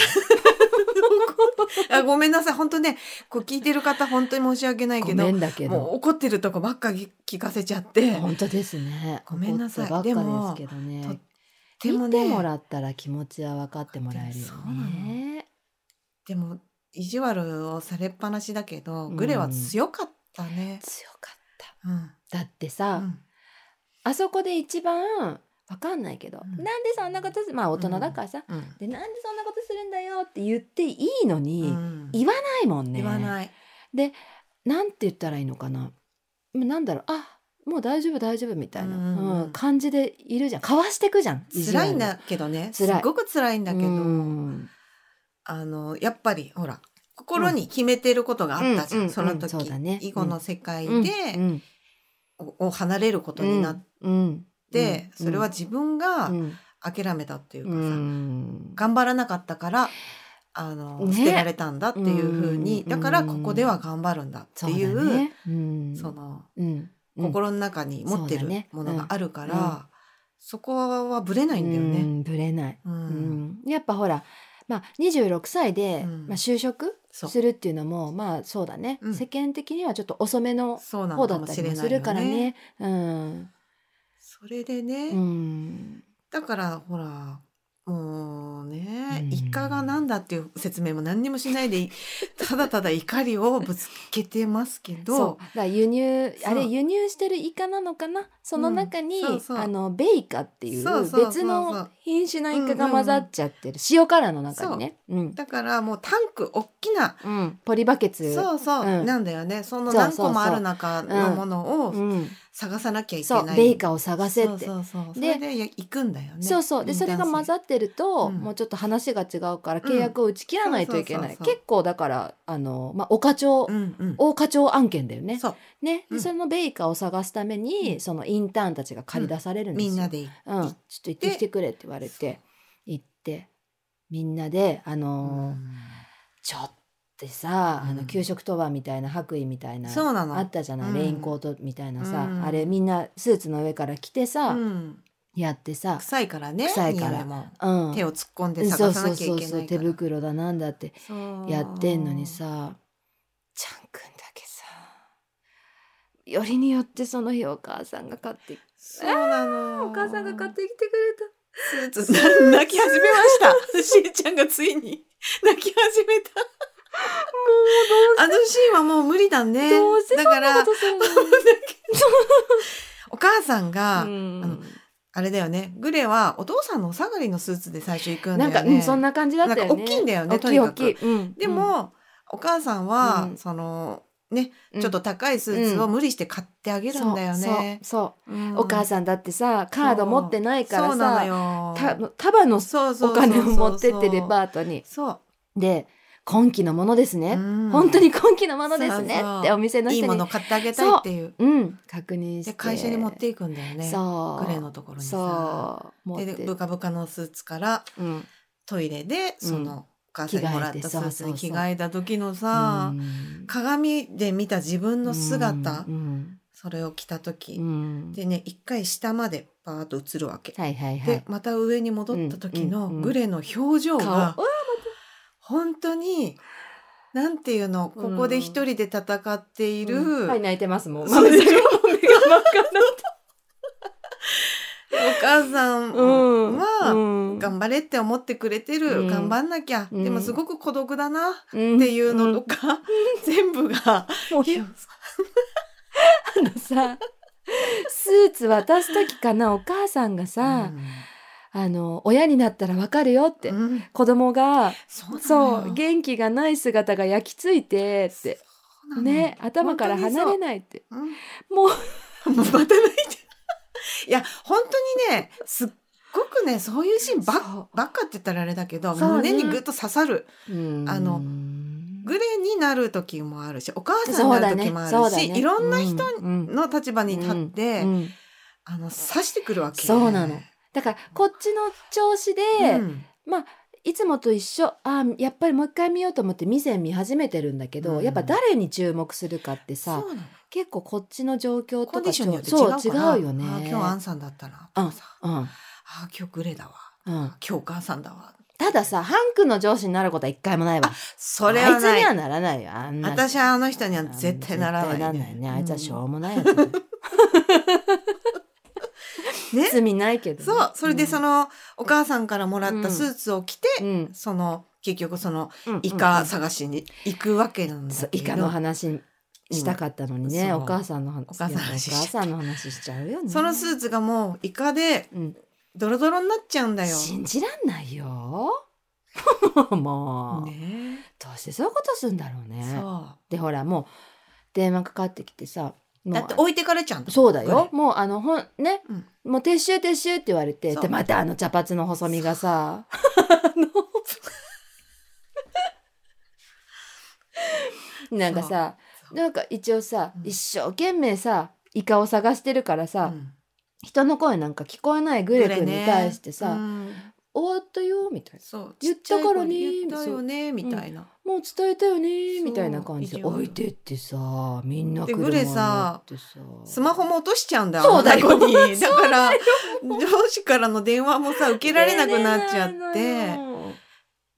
Speaker 1: あごめんなさい本当ねこう聞いてる方本当に申し訳な
Speaker 2: う
Speaker 1: いけ
Speaker 2: ご
Speaker 1: ど
Speaker 2: めんだけ
Speaker 1: も
Speaker 2: ど
Speaker 1: う怒ってるとこばっかり聞かせちゃって
Speaker 2: 本当ですね
Speaker 1: ごめんなさい
Speaker 2: 怒ったばっかですけど
Speaker 1: でも
Speaker 2: ね
Speaker 1: でも
Speaker 2: 見ても
Speaker 1: ね
Speaker 2: らったら気持ちは分かってもらえるよ
Speaker 1: そうな
Speaker 2: ね
Speaker 1: でも意地悪をされっぱなしだけど、
Speaker 2: うん
Speaker 1: グレは強かったね。
Speaker 2: 強かっ
Speaker 1: うん
Speaker 2: ただってさ、
Speaker 1: うん
Speaker 2: あそこで一番わかんないけど、
Speaker 1: うん
Speaker 2: なんでそんなことすまあ大人だからさ、
Speaker 1: うん
Speaker 2: でなんでそんなことするんだよって言っていいのに、
Speaker 1: うん
Speaker 2: 言わないもんね
Speaker 1: 言わない。
Speaker 2: なんて言ったらいいのかなもうなんだろうあもう大丈夫大丈夫みたいな、
Speaker 1: う
Speaker 2: うん
Speaker 1: うんうん
Speaker 2: ん感じでいるじゃんかわしてくじゃん
Speaker 1: 辛いん
Speaker 2: 意
Speaker 1: だけどねす
Speaker 2: 辛い
Speaker 1: ごく辛いんだ
Speaker 2: 地悪
Speaker 1: けど、
Speaker 2: なうん
Speaker 1: あのやっぱりほら心に決めてることがあったじゃん、
Speaker 2: うん
Speaker 1: その時、
Speaker 2: うんうんそうだね
Speaker 1: 囲碁の世界で、
Speaker 2: うん
Speaker 1: おを離れることになっ
Speaker 2: うん
Speaker 1: て、
Speaker 2: うん
Speaker 1: それは自分が
Speaker 2: うん
Speaker 1: 諦めたっていうか
Speaker 2: う
Speaker 1: さ、
Speaker 2: ん
Speaker 1: 頑張らなかったからあの、
Speaker 2: ね
Speaker 1: 捨てられたんだっていうふうに
Speaker 2: うん
Speaker 1: だからここでは頑張るんだっていうそ
Speaker 2: そだねうん
Speaker 1: の
Speaker 2: うんうん
Speaker 1: 心の中に持ってる
Speaker 2: そうだね
Speaker 1: ものがあるから、
Speaker 2: うんう
Speaker 1: そこはぶれないんだよ
Speaker 2: う
Speaker 1: ね。
Speaker 2: んぶれない、
Speaker 1: うん
Speaker 2: うんやっぱほらまあ26歳で、
Speaker 1: うん
Speaker 2: まあ、就職
Speaker 1: そう
Speaker 2: するっていうのもまあそうだね、
Speaker 1: うん
Speaker 2: 世間的にはちょっと遅めの
Speaker 1: そうな
Speaker 2: 方
Speaker 1: の
Speaker 2: だ
Speaker 1: か
Speaker 2: っ
Speaker 1: も
Speaker 2: た
Speaker 1: し
Speaker 2: り
Speaker 1: れ
Speaker 2: も
Speaker 1: ない
Speaker 2: す
Speaker 1: よ
Speaker 2: るから
Speaker 1: ね。
Speaker 2: ね。うん
Speaker 1: それでね、
Speaker 2: うん
Speaker 1: だからほらもうね、
Speaker 2: うん
Speaker 1: イカがなんだっていう説明も何にもしないでいただただ怒りをぶつけてますけ
Speaker 2: そう
Speaker 1: ど
Speaker 2: だから輸入
Speaker 1: そう
Speaker 2: あれ輸入してるイカなのかなその中に、
Speaker 1: うんそうそう
Speaker 2: あのベイカっていう
Speaker 1: そうそうそうそう
Speaker 2: 別の品種のイカが混ざっちゃってる、塩辛の中にねうん、
Speaker 1: だからもうタンク大きな
Speaker 2: うん、ポリバケツ
Speaker 1: そうそう、
Speaker 2: うん
Speaker 1: なんだよねその
Speaker 2: そう
Speaker 1: 何
Speaker 2: そうそう
Speaker 1: 個もある中のものを
Speaker 2: ん、
Speaker 1: 探さなきゃいけ
Speaker 2: そ
Speaker 1: な
Speaker 2: う
Speaker 1: い、
Speaker 2: ベイカを探せって
Speaker 1: そうそうそうそ
Speaker 2: で
Speaker 1: れでや行くんだよね
Speaker 2: そうそうでそれが混ざ
Speaker 1: っ
Speaker 2: ってると、
Speaker 1: うん
Speaker 2: もうちょっと話が違うから契約を打ち切らないといけない、
Speaker 1: うんそうそうそうそう
Speaker 2: 結構だからあの、まあ、お課長、
Speaker 1: うんうん
Speaker 2: 大課長案件だよね。
Speaker 1: そう
Speaker 2: ね、
Speaker 1: うん
Speaker 2: でそのベイカーを探すために、
Speaker 1: うん
Speaker 2: そのインターンたちが借り出されるんで
Speaker 1: み
Speaker 2: すよ。
Speaker 1: んなで行く
Speaker 2: うん、ちょっと行ってきてくれって言われて行ってみんなであのーちょっとさ、あ
Speaker 1: うん
Speaker 2: の給食当番みたいな白衣みたいな
Speaker 1: そうなの
Speaker 2: あったじゃない、
Speaker 1: うん
Speaker 2: レインコートみたいなさ、
Speaker 1: うん
Speaker 2: あれみんなスーツの上から着てさ、
Speaker 1: うん
Speaker 2: やってさ、
Speaker 1: 臭いからね
Speaker 2: 臭いから
Speaker 1: 匂も
Speaker 2: うん、
Speaker 1: 手を突っ込んで
Speaker 2: そ
Speaker 1: 探
Speaker 2: う
Speaker 1: さ
Speaker 2: そ
Speaker 1: な
Speaker 2: う
Speaker 1: きゃい
Speaker 2: そ
Speaker 1: うけ
Speaker 2: そ
Speaker 1: な
Speaker 2: う
Speaker 1: いから
Speaker 2: 手袋だなんだって
Speaker 1: そう
Speaker 2: やってんのにさちゃんくんだけさよりによってその日お母さんが買って
Speaker 1: そうなの
Speaker 2: お母さんが買ってきてくれた
Speaker 1: スーツ泣き始めました
Speaker 2: (laughs)
Speaker 1: しーちゃんがついに泣き始めたあのシーンはもう無理だね
Speaker 2: どうせそ
Speaker 1: だ
Speaker 2: ん
Speaker 1: か
Speaker 2: な (laughs)
Speaker 1: ら
Speaker 2: ことするの
Speaker 1: お母さんが、
Speaker 2: うん
Speaker 1: あれだよねグレはお父さんのお下がりのスーツで最初行くんだ
Speaker 2: な
Speaker 1: よ
Speaker 2: ん
Speaker 1: ね
Speaker 2: か、うん、そんな感じだったよね。
Speaker 1: なんか大きいんだよね
Speaker 2: 大き
Speaker 1: とに
Speaker 2: い
Speaker 1: か
Speaker 2: 大
Speaker 1: く
Speaker 2: きい。うん
Speaker 1: で、も、お母さんは、
Speaker 2: うん
Speaker 1: そのね
Speaker 2: うん
Speaker 1: ちょっと高いスーツを無理して買ってあげるんだよね、
Speaker 2: そううそ
Speaker 1: ん
Speaker 2: う。お母さんだってさ、カード持ってないか
Speaker 1: そ
Speaker 2: ら
Speaker 1: うなの
Speaker 2: さ、
Speaker 1: よ
Speaker 2: た束の
Speaker 1: そうそう
Speaker 2: お金を持ってってデ
Speaker 1: ば
Speaker 2: パートに。
Speaker 1: そう
Speaker 2: で、今期のものですね。
Speaker 1: うん
Speaker 2: 本当に今期のものですね
Speaker 1: そうそう
Speaker 2: ってお店の
Speaker 1: いい
Speaker 2: 人
Speaker 1: も
Speaker 2: に
Speaker 1: の。買ってあげたいっていう
Speaker 2: うん、確認して。
Speaker 1: で会社に持っていくんだよね
Speaker 2: そう。
Speaker 1: グレーのところにさ
Speaker 2: そう。持っ
Speaker 1: で
Speaker 2: て
Speaker 1: で。ブカブカのスーツから
Speaker 2: うん
Speaker 1: トイレでその、
Speaker 2: うん
Speaker 1: お母さんにもらったスーツに
Speaker 2: 着替えてそうそうそう
Speaker 1: 着替えた時のさ、
Speaker 2: うん
Speaker 1: 鏡で見た自分の姿、
Speaker 2: うん
Speaker 1: それを着た時、
Speaker 2: うん
Speaker 1: でね一回下までパーッと映るわけ、
Speaker 2: はいはいは
Speaker 1: で
Speaker 2: い。
Speaker 1: また上に戻った時の
Speaker 2: うんうんうん
Speaker 1: グレの表情
Speaker 2: 顔。う
Speaker 1: が
Speaker 2: わ
Speaker 1: 本当になんていうのここで一人で戦っている、
Speaker 2: はい、泣いてますもん。
Speaker 1: そうでしょ
Speaker 2: 目が真っ赤になって
Speaker 1: お母さ (laughs) ん
Speaker 2: うん
Speaker 1: は、
Speaker 2: うん
Speaker 1: 頑張れって思ってくれてる、
Speaker 2: うん
Speaker 1: 頑張んなきゃ、
Speaker 2: うん
Speaker 1: でもすごく孤独だなっ
Speaker 2: うん
Speaker 1: (laughs) ていうのとか、全部が、
Speaker 2: もう
Speaker 1: ひ
Speaker 2: あのさスーツ渡す時かなお母さんがさ、あの親になったらわかるよって、
Speaker 1: うんうん
Speaker 2: 子供が
Speaker 1: そう
Speaker 2: そう
Speaker 1: ゲ
Speaker 2: 元気がない姿が焼き付いてってね頭から離れ
Speaker 1: ない、
Speaker 2: ないって
Speaker 1: うん
Speaker 2: も
Speaker 1: (laughs)
Speaker 2: う
Speaker 1: もうまた泣いていや本当にねすっごくねそういうシーンばっ
Speaker 2: そ
Speaker 1: ばっかって言ったらあれだけど、
Speaker 2: そうね
Speaker 1: 胸にぐっと刺さる
Speaker 2: ううん
Speaker 1: あのグレになる時もあるしお母さんになる時もあ
Speaker 2: そ
Speaker 1: る
Speaker 2: うだ
Speaker 1: し、
Speaker 2: ね
Speaker 1: いろんな人
Speaker 2: うん
Speaker 1: の立場に立って、
Speaker 2: うんうん
Speaker 1: あの刺してくるわけ
Speaker 2: そうなのだからこっちの調子で、
Speaker 1: うん
Speaker 2: いつもと一緒あーやっぱりもう一回見ようと思って未然見始めてるんだけど、
Speaker 1: うん
Speaker 2: やっぱ誰に注目するかって
Speaker 1: そ
Speaker 2: さ
Speaker 1: うなの
Speaker 2: 結構こっちの状況
Speaker 1: コ
Speaker 2: と
Speaker 1: ンディ
Speaker 2: か
Speaker 1: ションによって違う
Speaker 2: そう違
Speaker 1: から
Speaker 2: うよね。
Speaker 1: あ今日アンさんだったなとかさ
Speaker 2: うん
Speaker 1: あ今日グレだわ
Speaker 2: うん、
Speaker 1: 今日お母さんだわ
Speaker 2: たださハン君の上司になることは一回もないわ
Speaker 1: それは
Speaker 2: あいつ
Speaker 1: な
Speaker 2: に
Speaker 1: い
Speaker 2: はならないよあんな
Speaker 1: 私はあの人には絶対ならない,、
Speaker 2: 絶対ねあいつはしょうもないやつ、
Speaker 1: (laughs) うんね
Speaker 2: 罪ないけどね、
Speaker 1: そうそれでそ
Speaker 2: の、
Speaker 1: の、お母さんからもらったスーツを着て、
Speaker 2: うん、
Speaker 1: その結局その
Speaker 2: うん
Speaker 1: イカ探しに行くわけなんだ
Speaker 2: そう
Speaker 1: け
Speaker 2: イ
Speaker 1: ど、
Speaker 2: カの話したかったのにね、
Speaker 1: うんそう
Speaker 2: お母さんの話
Speaker 1: お母さんの話
Speaker 2: いやお母さんの話しちゃうよね
Speaker 1: そのスーツがもうイカで
Speaker 2: うん、
Speaker 1: ドロドロになっちゃうんだよ。
Speaker 2: 信じらんな
Speaker 1: (laughs)
Speaker 2: いよもう、
Speaker 1: ね
Speaker 2: どうしてそういうことするんだろうね
Speaker 1: そ
Speaker 2: でほらもう電話かかってきて
Speaker 1: う。
Speaker 2: さも
Speaker 1: だ
Speaker 2: う
Speaker 1: って置いてかれちゃうん
Speaker 2: そうだよ
Speaker 1: こ、
Speaker 2: もうあのほんね、
Speaker 1: うん
Speaker 2: もう撤収撤収って言われて
Speaker 1: そう
Speaker 2: でまたあの茶髪の細身が
Speaker 1: (laughs)
Speaker 2: さあのなんかさ
Speaker 1: そう
Speaker 2: なんか一応さ、
Speaker 1: うん
Speaker 2: 一生懸命さイカを探してるからさ、
Speaker 1: れうん
Speaker 2: 人の声なんか聞こえないグレ君に対してさ
Speaker 1: う
Speaker 2: 「
Speaker 1: ん
Speaker 2: 終わったよ」みたいな
Speaker 1: そう
Speaker 2: 言ったからね
Speaker 1: 言ったよねみたいな。
Speaker 2: 「もう伝えたよね」
Speaker 1: そう
Speaker 2: みたいな感じで
Speaker 1: 一応
Speaker 2: 置いてってさみんな
Speaker 1: で
Speaker 2: 車乗
Speaker 1: グ
Speaker 2: っ
Speaker 1: レ
Speaker 2: て
Speaker 1: さ
Speaker 2: さ
Speaker 1: スマホも落としちゃうんだ
Speaker 2: (laughs) そうだよ
Speaker 1: あの子にだから上司からの電話もさ受けられなくなっちゃっ
Speaker 2: 出れない
Speaker 1: て
Speaker 2: のよ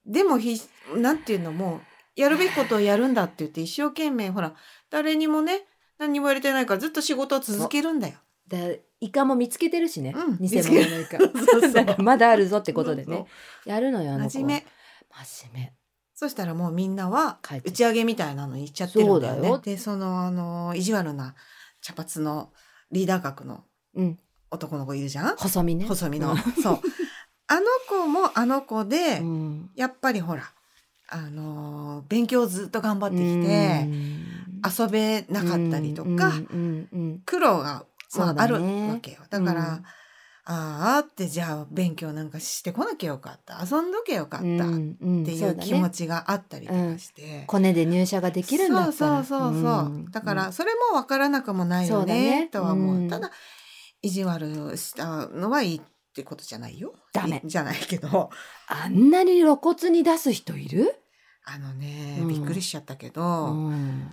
Speaker 1: でもひなんていうのもうやるべきことをやるんだって言って一生懸命ほら誰にもね何にも言われてないからずっと仕事を続けるんだよ。
Speaker 2: (laughs) だイカも見つけてるしね、
Speaker 1: うん
Speaker 2: 偽物のイカ (laughs)
Speaker 1: そうそう (laughs)
Speaker 2: だからまだあるぞって
Speaker 1: て
Speaker 2: ことでねやるのよあの子
Speaker 1: 真面
Speaker 2: は
Speaker 1: 目
Speaker 2: 真面目
Speaker 1: そしたらもうみんなは
Speaker 2: 帰って
Speaker 1: 打ち上げみたいなのに行っちゃってるんだよ
Speaker 2: そうだ
Speaker 1: ね
Speaker 2: よ。
Speaker 1: でそのあの意地悪な茶髪のリーダー格の
Speaker 2: うん
Speaker 1: 男の子いるじゃん
Speaker 2: 細身ね
Speaker 1: 細身の。 (laughs) そう。あの子もあの子で、
Speaker 2: うん
Speaker 1: やっぱりほら、あのー勉強ずっと頑張って
Speaker 2: う
Speaker 1: き
Speaker 2: ん
Speaker 1: て、遊べなかったりと
Speaker 2: うん
Speaker 1: か、
Speaker 2: うんうん
Speaker 1: 苦労が、ま
Speaker 2: そう
Speaker 1: あ、あ
Speaker 2: だ
Speaker 1: る
Speaker 2: ね
Speaker 1: わけよ。だから、
Speaker 2: うん
Speaker 1: ああってじゃあ勉強なんかしてこなきゃよかった遊んどけよかった
Speaker 2: うん
Speaker 1: っ
Speaker 2: うん
Speaker 1: てい
Speaker 2: そう
Speaker 1: う
Speaker 2: だ
Speaker 1: 気持
Speaker 2: ね
Speaker 1: ちがあったりとかして。
Speaker 2: コネで入社ができるんだったら
Speaker 1: そうそうそうそう、
Speaker 2: ん
Speaker 1: だからそれも分からなくもない
Speaker 2: そ
Speaker 1: よ
Speaker 2: うだ
Speaker 1: ね
Speaker 2: ね
Speaker 1: とは思う、
Speaker 2: うん
Speaker 1: ただ意地悪したのはいいってことじゃないよ
Speaker 2: ダメ
Speaker 1: いじゃないけど
Speaker 2: あんなに露骨に出す人いる、
Speaker 1: あのね、
Speaker 2: うん
Speaker 1: びっくりしちゃったけど、
Speaker 2: うん、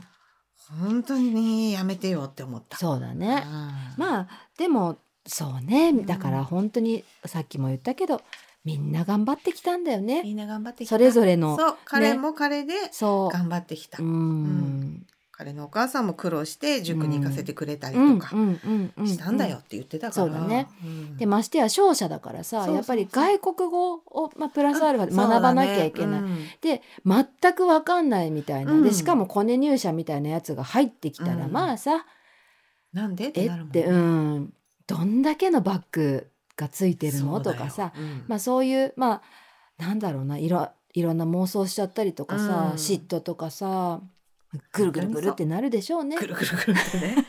Speaker 1: 本当にやめてよって思った
Speaker 2: そうだ
Speaker 1: う
Speaker 2: ね
Speaker 1: あ
Speaker 2: まあでもそうね
Speaker 1: ん
Speaker 2: だから本当にさっきも言ったけどみんな頑張ってきたんだよね
Speaker 1: みんな頑張ってきた
Speaker 2: それぞれの
Speaker 1: そう彼も彼で
Speaker 2: そう
Speaker 1: 頑張ってきた、
Speaker 2: うーん
Speaker 1: 彼のお母さんも苦労して塾に行かせてくれたり
Speaker 2: うんうん
Speaker 1: とか
Speaker 2: うんうん
Speaker 1: したんだよって言ってたから、
Speaker 2: そうだね
Speaker 1: うん
Speaker 2: でましてや商社だからさ
Speaker 1: そうそう
Speaker 2: やっぱり外国語を、まあ、プラスアルファで
Speaker 1: そう
Speaker 2: 学
Speaker 1: だ
Speaker 2: ば
Speaker 1: ね
Speaker 2: なきゃいけない、
Speaker 1: うん
Speaker 2: で全く分かんないみたいな、
Speaker 1: うん
Speaker 2: でしかもコネ入社みたいなやつが入ってきたら、
Speaker 1: うん
Speaker 2: まあさ
Speaker 1: なんでっ
Speaker 2: え
Speaker 1: てなる
Speaker 2: っ
Speaker 1: もん
Speaker 2: てうんどんだけのバッグがついてるの
Speaker 1: そうだ
Speaker 2: と
Speaker 1: よ
Speaker 2: かさ、
Speaker 1: うん
Speaker 2: まあ、そういうまあなんだろうないろいろんな妄想しちゃったりとかさ、
Speaker 1: うん
Speaker 2: 嫉妬とかさぐるぐるぐるってなるでしょうね
Speaker 1: くるくるくるってね。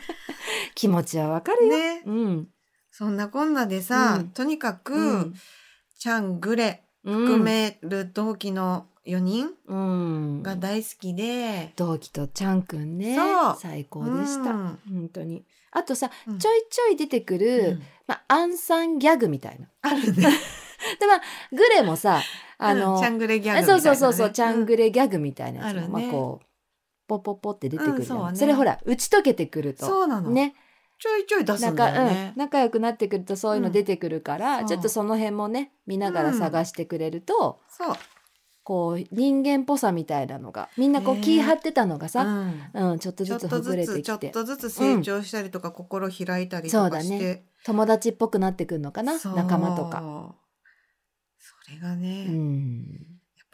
Speaker 2: 気持ちは (laughs) わかるよ。
Speaker 1: ね、
Speaker 2: うん、
Speaker 1: そんなこんなでさ、
Speaker 2: うん
Speaker 1: とにかく、
Speaker 2: うん
Speaker 1: チャングレ含める同期の4人
Speaker 2: うん、
Speaker 1: が大好きで、
Speaker 2: 同期とちゃんくんね
Speaker 1: そう
Speaker 2: 最
Speaker 1: う
Speaker 2: 高でした、
Speaker 1: ん
Speaker 2: 本当にあとさ、
Speaker 1: うん
Speaker 2: ちょいちょい出てくる、
Speaker 1: うん
Speaker 2: まあ、アンさんギャグみたいな
Speaker 1: あるね。
Speaker 2: でまあグレもさあ
Speaker 1: う
Speaker 2: の、
Speaker 1: ん (laughs) チャングレギャグ
Speaker 2: あ
Speaker 1: みたいな
Speaker 2: そう
Speaker 1: ね。
Speaker 2: そうそうそう、チャン
Speaker 1: レ。
Speaker 2: グレギャグみたいなやつが、
Speaker 1: ある
Speaker 2: まあ
Speaker 1: ね
Speaker 2: こうポポポって出てくるじゃん
Speaker 1: うんそうね
Speaker 2: それほら打ち解けてくると
Speaker 1: そうなの。
Speaker 2: ね
Speaker 1: ちょいちょい出す
Speaker 2: なんんか、
Speaker 1: だよ
Speaker 2: うん
Speaker 1: ね、。
Speaker 2: 仲良くなってくるとそういう
Speaker 1: う
Speaker 2: の
Speaker 1: ん
Speaker 2: 出てくるから、
Speaker 1: そう
Speaker 2: ちょっとその辺もね見ながら探してくれると、
Speaker 1: そう。
Speaker 2: こう人間っぽさみたいなのがみんなこう
Speaker 1: ね
Speaker 2: 気張ってたのが
Speaker 1: う
Speaker 2: さ、
Speaker 1: ん
Speaker 2: うんちょっと
Speaker 1: ちょ
Speaker 2: ず
Speaker 1: っ
Speaker 2: つ
Speaker 1: と
Speaker 2: ほぐ
Speaker 1: ず
Speaker 2: れて
Speaker 1: つちょ
Speaker 2: き
Speaker 1: ってとずつ成長したりとか、心開いたり
Speaker 2: そ
Speaker 1: と
Speaker 2: う
Speaker 1: か
Speaker 2: だ
Speaker 1: し
Speaker 2: ね
Speaker 1: て
Speaker 2: 友達っぽくなってくるのかな
Speaker 1: そう
Speaker 2: 仲間とか。
Speaker 1: それがね、や
Speaker 2: う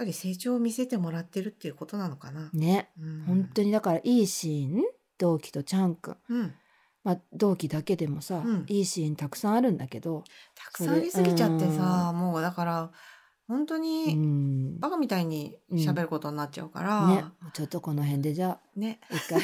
Speaker 1: っ
Speaker 2: ん
Speaker 1: ぱり成長を見せてもらってるっていうことなのかな、
Speaker 2: ね
Speaker 1: うん
Speaker 2: 本当にだからいいシーン同期とちゃんくん、
Speaker 1: うん。
Speaker 2: まあ、同期だけでもさ、
Speaker 1: うん
Speaker 2: いいシーンたくさんあるんだけど、
Speaker 1: たくさんありすぎちゃってさ、もうだから、本当
Speaker 2: う
Speaker 1: に、
Speaker 2: んね、
Speaker 1: バカみたいに喋ることになっちゃうから、
Speaker 2: もうちょっとこの辺でじゃあ
Speaker 1: ね。
Speaker 2: 一回